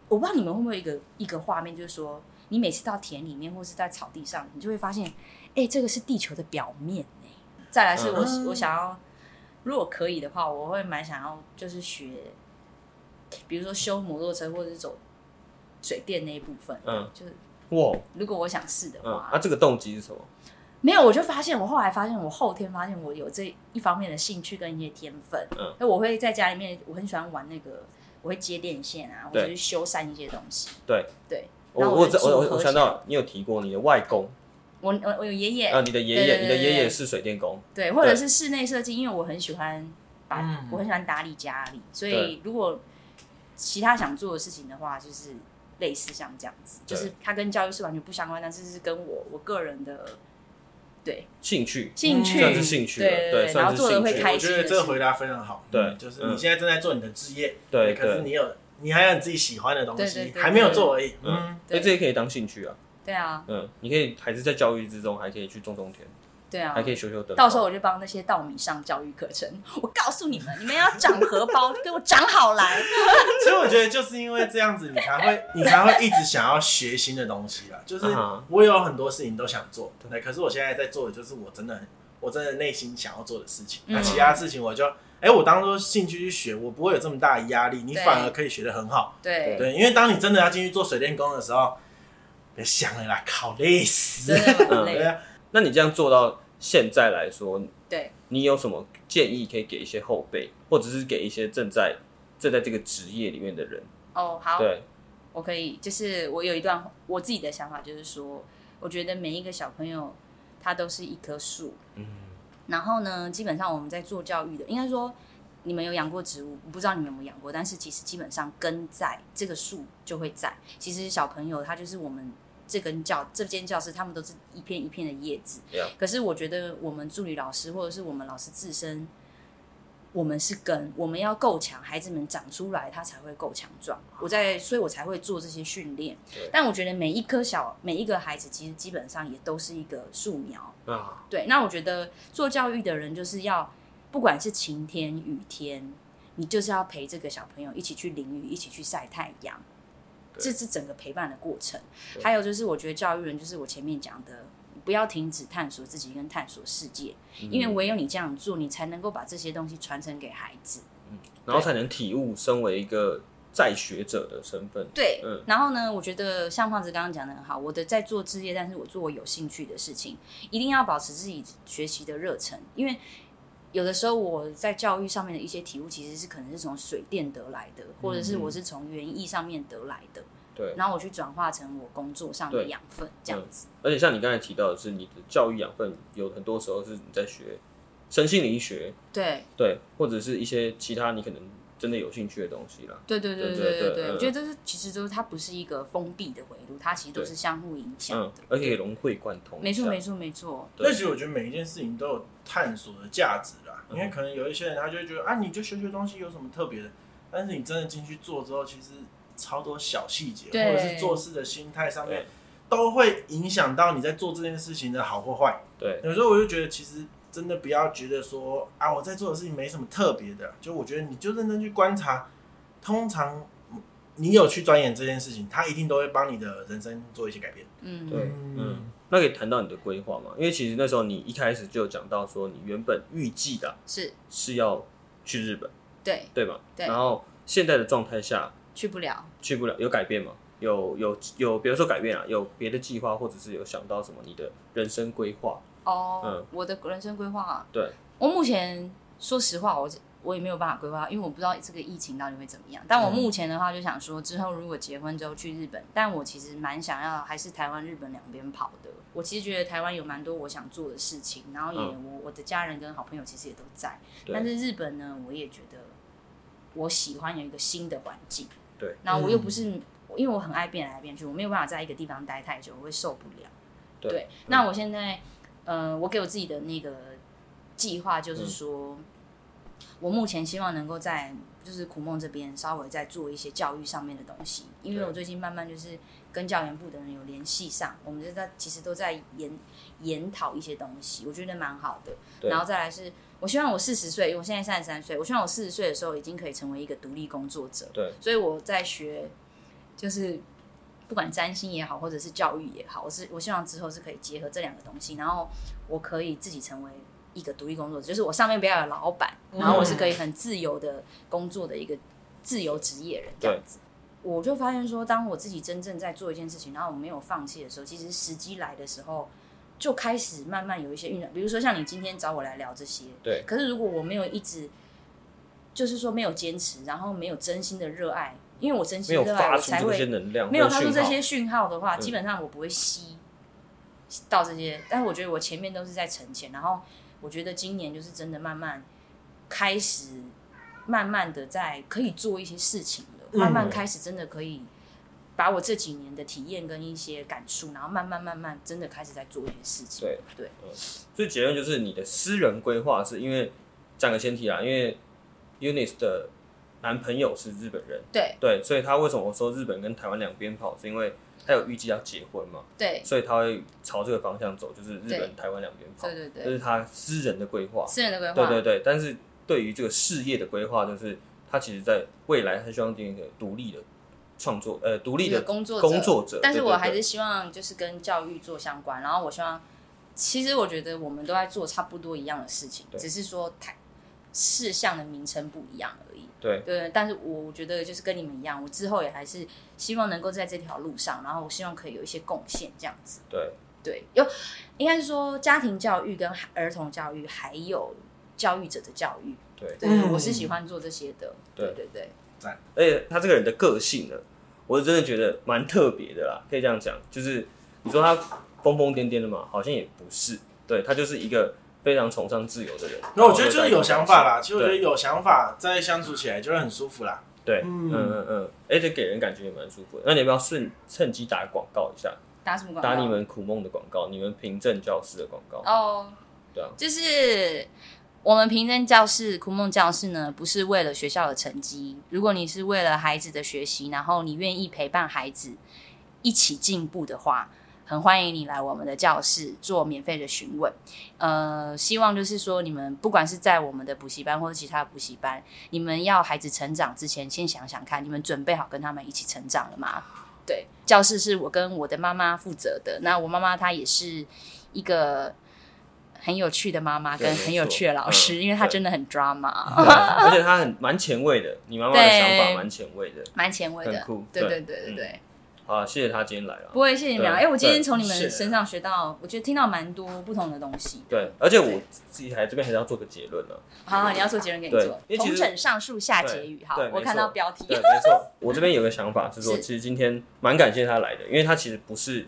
S3: 我不知道你们会不会有一个一个画面，就是说，你每次到田里面或是在草地上，你就会发现，哎、这个是地球的表面、哎。再来是我、
S2: 嗯
S3: 我想要，如果可以的话，我会蛮想要就是学，比如说修摩托车或者是走水电那一部分，
S1: 嗯，
S3: 就是
S1: 哇，
S3: 如果我想试的
S1: 嗯，
S3: 话，
S1: 啊，这个动机是什么？
S3: 没有，我就发现，我后来发现，我后天发现我有这一方面的兴趣跟一些天分。
S1: 嗯，
S3: 那我会在家里面，我很喜欢玩那个，我会接电线啊，或
S1: 对
S3: 者是修缮一些东西。
S1: 对
S3: 对，
S1: 我
S3: 然后
S1: 我
S3: 就
S1: 知我
S3: 组合
S1: 我
S3: 起
S1: 想
S3: 来，
S1: 到你有提过你的外公
S3: 我我我有爷爷，
S1: 啊，你的爷
S3: 对对
S1: 爷，
S3: 对
S1: 你的
S3: 对
S1: 爷
S3: 对
S1: 爷是水电工，
S3: 对，或者
S1: 对
S3: 是室内设计，因为我很喜欢把，
S2: 嗯
S3: 我很喜欢打理家里，所以
S1: 对
S3: 如果其他想做的事情的话，就是类似像这样子，就
S1: 对
S3: 是它跟教育是完全不相关，但是是跟我我个人的对
S1: 兴趣
S3: 兴
S1: 嗯
S3: 趣，
S1: 算是兴趣了，
S3: 对对对
S1: 算
S3: 然
S1: 是
S3: 后做得
S1: 兴
S3: 会
S1: 趣
S3: 开
S2: 我觉得这个回答非常好。
S1: 对
S2: 嗯就是你
S1: 嗯
S2: 现在正在做你的置业，
S1: 对
S2: 可是
S1: 对
S2: 你有，你还有你自己喜欢的东
S3: 对对
S2: 西，
S3: 对
S2: 还没有做而已。
S1: 嗯
S2: 嗯，
S1: 所以这也可以当兴趣啊，
S3: 对啊，
S1: 嗯，你可以还是在教育之中，还可以去种种田，
S3: 对啊，
S1: 还可以修修灯，
S3: 到时候我就帮那些稻米上教育课程。我告诉你们，你们要长荷包，给我长好来。
S2: 所以我觉得就是因为这样子，你才会你才会一直想要学新的东西啦。就是
S1: 啊哈
S2: 我有很多事情都想做，对，可是我现在在做的就是我真的很我真的内心想要做的事情。那
S3: 嗯
S2: 其他事情我就哎、我当做兴趣去学，我不会有这么大的压力，你
S3: 对
S2: 反而可以学得很好。
S3: 对，
S2: 对，因为当你真的要进去做水电工的时候，别想了啦，靠累死。
S3: 真的蛮
S2: 对
S3: 累。
S2: 啊，
S1: 那你这样做到现在来说，
S3: 对，
S1: 你有什么建议可以给一些后辈，或者是给一些正在正在这个职业里面的人？
S3: 哦，好，
S1: 对，
S3: 我可以，就是我有一段我自己的想法，就是说，我觉得每一个小朋友他都是一棵树。
S1: 嗯，
S3: 然后呢，基本上我们在做教育的，应该说你们有养过植物，我不知道你们有没有养过，但是其实基本上根在这个树就会在。其实小朋友他就是我们这根教这间教室，他们都是一片一片的叶子。
S1: Yeah
S3: 可是我觉得我们助理老师或者是我们老师自身，我们是根，我们要够强，孩子们长出来他才会够强壮。我在，所以我才会做这些训练
S1: 对。
S3: 但我觉得每一颗小每一个孩子，其实基本上也都是一个树苗。
S1: 啊，
S3: 对，那我觉得做教育的人就是要，不管是晴天雨天，你就是要陪这个小朋友一起去淋雨，一起去晒太阳，
S1: 对
S3: 这是整个陪伴的过程。
S1: 对
S3: 还有就是，我觉得教育人就是我前面讲的，不要停止探索自己跟探索世界，
S1: 嗯
S3: 因为唯有你这样做，你才能够把这些东西传承给孩子。
S1: 然后才能体悟身为一个在学者的身份。
S3: 对，
S1: 嗯
S3: 然后呢，我觉得像胖子刚刚讲的很好，我的在做置业，但是我做我有兴趣的事情，一定要保持自己学习的热忱，因为有的时候我在教育上面的一些体悟，其实是可能是从水电得来的，或者是我是从园艺上面得来的，
S1: 对，
S3: 然后我去转化成我工作上的
S1: 对
S3: 养分，这样子。
S1: 而且像你刚才提到的是，你的教育养分有很多时候是你在学身心灵学，
S3: 对，
S1: 对，或者是一些其他你可能真的有兴趣的东西啦。
S3: 对对
S1: 对
S3: 对对
S1: 对
S3: 对
S1: 对
S3: 对，
S1: 嗯
S3: 我觉得这是其实就是它不是一个封闭的回路，它其实都是相互影响
S1: 嗯
S3: 的，。
S1: 而且也融会贯通。
S3: 没错没错没错，
S1: 对
S2: 所以其实我觉得每一件事情都有探索的价值啦，
S3: 嗯
S2: 因为可能有一些人他就会觉得啊，你就学学东西有什么特别的，但是你真的进去做之后，其实超多小细节
S3: 对
S2: 或者是做事的心态上面
S1: 对，
S2: 都会影响到你在做这件事情的好或坏。
S1: 对
S2: 有时候我就觉得，其实真的不要觉得说啊，我在做的事情没什么特别的，就我觉得你就认真去观察，通常嗯你有去钻研这件事情，它一定都会帮你的人生做一些改变。
S3: 嗯，
S1: 对，
S2: 嗯
S1: 嗯，那可以谈到你的规划嘛？因为其实那时候你一开始就有讲到说，你原本预计的
S3: 是，
S1: 是要去日本，
S3: 对，
S1: 对吧？
S3: 对
S1: 然后现在的状态下
S3: 去不了。
S1: 去不了，有改变吗？有有有，比如说改变啊，有别的计划，或者是有想到什么你的人生规划？
S3: 哦，
S1: 嗯
S3: 我的人生规划，啊
S1: 对，
S3: 我目前说实话，我我也没有办法规划，因为我不知道这个疫情到底会怎么样。
S1: 嗯
S3: 但我目前的话，就想说之后如果结婚之后去日本，但我其实蛮想要还是台湾、日本两边跑的。我其实觉得台湾有蛮多我想做的事情，然后也、我我的家人跟好朋友其实也都在，
S1: 嗯对
S3: 但是日本呢，我也觉得我喜欢有一个新的环境。
S1: 对，
S3: 然后我又不是、因为我很爱变来变去，我没有办法在一个地方待太久，我会受不了。
S1: 对
S3: 那我现在呃，我给我自己的那个计划就是说，
S1: 嗯
S3: 我目前希望能够在就是苦梦这边稍微再做一些教育上面的东西，因为
S1: 对
S3: 我最近慢慢就是跟教研部的人有联系上，我们就在其实都在研研讨一些东西，我觉得蛮好的。
S1: 对
S3: 然后再来是。我希望我四十岁，因为我现在三十三岁，我希望我四十岁的时候已经可以成为一个独立工作者。
S1: 对，
S3: 所以我在学，就是不管占星也好，或者是教育也好，我是我希望之后是可以结合这两个东西，然后我可以自己成为一个独立工作者，就是我上面不要有老板，
S1: 嗯
S3: 然后我是可以很自由的工作的一个自由职业人这样子。我就发现说，当我自己真正在做一件事情，然后我没有放弃的时候，其实时机来的时候，就开始慢慢有一些酝酿。比如说像你今天找我来聊这些，
S1: 对
S3: 可是如果我没有一直，就是说没有坚持，然后没有真心的热爱，因为我真
S1: 没
S3: 心
S1: 有
S3: 热爱，
S1: 发
S3: 我
S1: 出
S3: 才
S1: 这些
S3: 会
S1: 能量，
S3: 没有
S1: 跟
S3: 发出
S1: 讯
S3: 这
S1: 号
S3: 些讯号的话，
S1: 嗯
S3: 基本上我不会吸到这些。但是我觉得我前面都是在沉潜，然后我觉得今年就是真的慢慢开始，慢慢的在可以做一些事情了，
S2: 嗯
S3: 慢慢开始真的可以。把我这几年的体验跟一些感触，然后慢慢慢慢真的开始在做一些事情。
S1: 对
S3: 对，
S1: 所以结论就是你的私人规划是因为讲个前提啦，因为 Unis 的男朋友是日本人，
S3: 对
S1: 对，所以他为什么我说日本跟台湾两边跑，是因为他有预计要结婚嘛，
S3: 对
S1: 所以他会朝这个方向走，就是日
S3: 对
S1: 本、台湾两边跑，
S3: 对对对
S1: 这是他私人的规划，
S3: 私人的规划，
S1: 对对对。但是对于这个事业的规划，就是他其实在未来很希望变一个独立的创作，呃，独立
S3: 一个
S1: 的
S3: 工作者
S1: 工作者，
S3: 但是
S1: 对对
S3: 我
S1: 对
S3: 还是希望就是跟教育做相关，然后我希望，其实我觉得我们都在做差不多一样的事情，
S1: 对
S3: 只是说它事项的名称不一样而已。
S1: 对
S3: 对，但是我觉得就是跟你们一样，我之后也还是希望能够在这条路上，然后我希望可以有一些贡献这样子。
S1: 对
S3: 对，有应该是说家庭教育、跟儿童教育，还有教育者的教育。
S1: 对
S3: 对，
S2: 嗯
S3: 我是喜欢做这些的。对
S1: 对
S3: 对对，
S1: 而且他这个人的个性呢，我真的觉得蛮特别的啦，可以这样讲，就是你说他疯疯癫癫的嘛，好像也不是，对他就是一个非常崇尚自由的人。
S2: 那我觉得就是有想法啦，
S1: 对
S2: 其实我觉得有想法，在相处起来就会很舒服啦。
S1: 对，
S2: 嗯
S1: 嗯嗯嗯，而且给人感觉也蛮舒服的。那你要不要顺趁机打广告一下，
S3: 打什么广告？
S1: 打你们苦梦的广告，你们平镇教师的广告？
S3: 哦，
S1: 对啊
S3: 就是我们平dân教室、苦梦教室呢，不是为了学校的成绩，如果你是为了孩子的学习，然后你愿意陪伴孩子一起进步的话。很欢迎你来我们的教室做免费的询问，呃，希望就是说你们不管是在我们的补习班或者其他的补习班，你们要孩子成长之前，先想想看，你们准备好跟他们一起成长了吗？对，教室是我跟我的妈妈负责的，那我妈妈她也是一个很有趣的妈妈
S1: 对
S3: 跟
S1: 没
S3: 很有
S1: 错
S3: 趣的老
S1: 嗯
S3: 师，因为她
S1: 对
S3: 真的很 drama，
S1: 对啊而且他很蛮前卫的，你妈妈的
S3: 对
S1: 想法蛮前卫的。
S3: 蛮前卫
S1: 很
S3: 的
S1: 酷，
S3: 对
S1: 对
S3: 对对对
S1: 嗯
S3: 对，
S1: 好啊，谢谢他今天来了。
S3: 不会，谢谢你们俩。哎、
S1: 对
S3: 我今天从你
S2: 谢谢
S3: 们身上学到，我觉得听到蛮多不同的东西。
S1: 对，而且我
S3: 对
S1: 自己还这边还是要做个结论啊呢、
S3: 好，你要做结论给你
S1: 对
S3: 做
S1: 因为，其实
S3: 同整上述下结语。好
S1: 对，
S3: 我
S1: 没
S3: 看
S1: 错
S3: 到标题
S1: 对，。没错，我这边有个想法是说，
S3: 是
S1: 其实今天蛮感谢他来的，因为他其实不是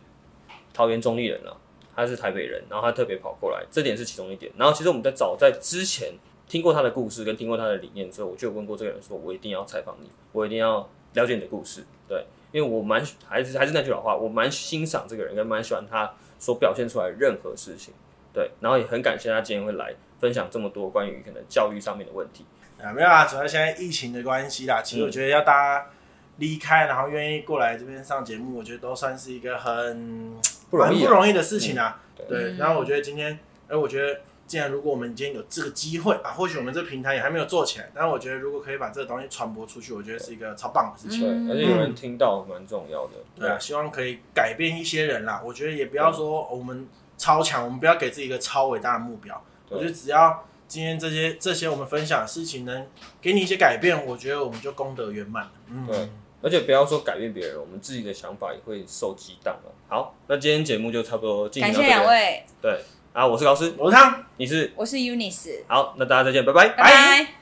S1: 桃园中立人啊，他是台北人，然后他特别跑过来，这点是其中一点。然后其实我们在早在之前听过他的故事跟听过他的理念之后，我就有问过这个人说，我一定要采访你，我一定要了解你的故事，对，因为我蛮还是还是那句老话，我蛮欣赏这个人，跟蛮喜欢他所表现出来的任何事情，对，然后也很感谢他今天会来分享这么多关于可能教育上面的问题，
S2: 啊，没有啊，主要现在疫情的关系啦。其实我觉得要大家离开，然后愿意过来这边上节目，我觉得都算是一个很
S1: 不容易啊
S2: 蛮不容易的事情
S1: 嗯
S2: 啊。
S3: 对
S2: 对
S3: 嗯，
S2: 然后我觉得今天，哎，我觉得既然如果我们今天有这个机会啊，或许我们这平台也还没有做起来，但是我觉得如果可以把这个东西传播出去，我觉得是一个超棒的事情。
S1: 对，
S3: 嗯
S1: 而且有人听到蛮重要的，
S2: 对啊，希望可以改变一些人啦。我觉得也不要说
S1: 嗯
S2: 哦我们超强，我们不要给自己一个超伟大的目标。
S1: 对
S2: 我觉得只要今天这些这些我们分享的事情能给你一些改变，我觉得我们就功德圆满了。嗯，
S1: 对而且不要说改变别人，我们自己的想法也会受激荡了。好，那今天节目就差不多进行到
S3: 感谢
S1: 这
S3: 两
S1: 边。
S3: 位，
S1: 对，啊，我是高斯，
S2: 我是汤。
S1: 你是
S3: 我是 Unis，
S1: 好，那大家再见，拜拜
S3: 拜拜。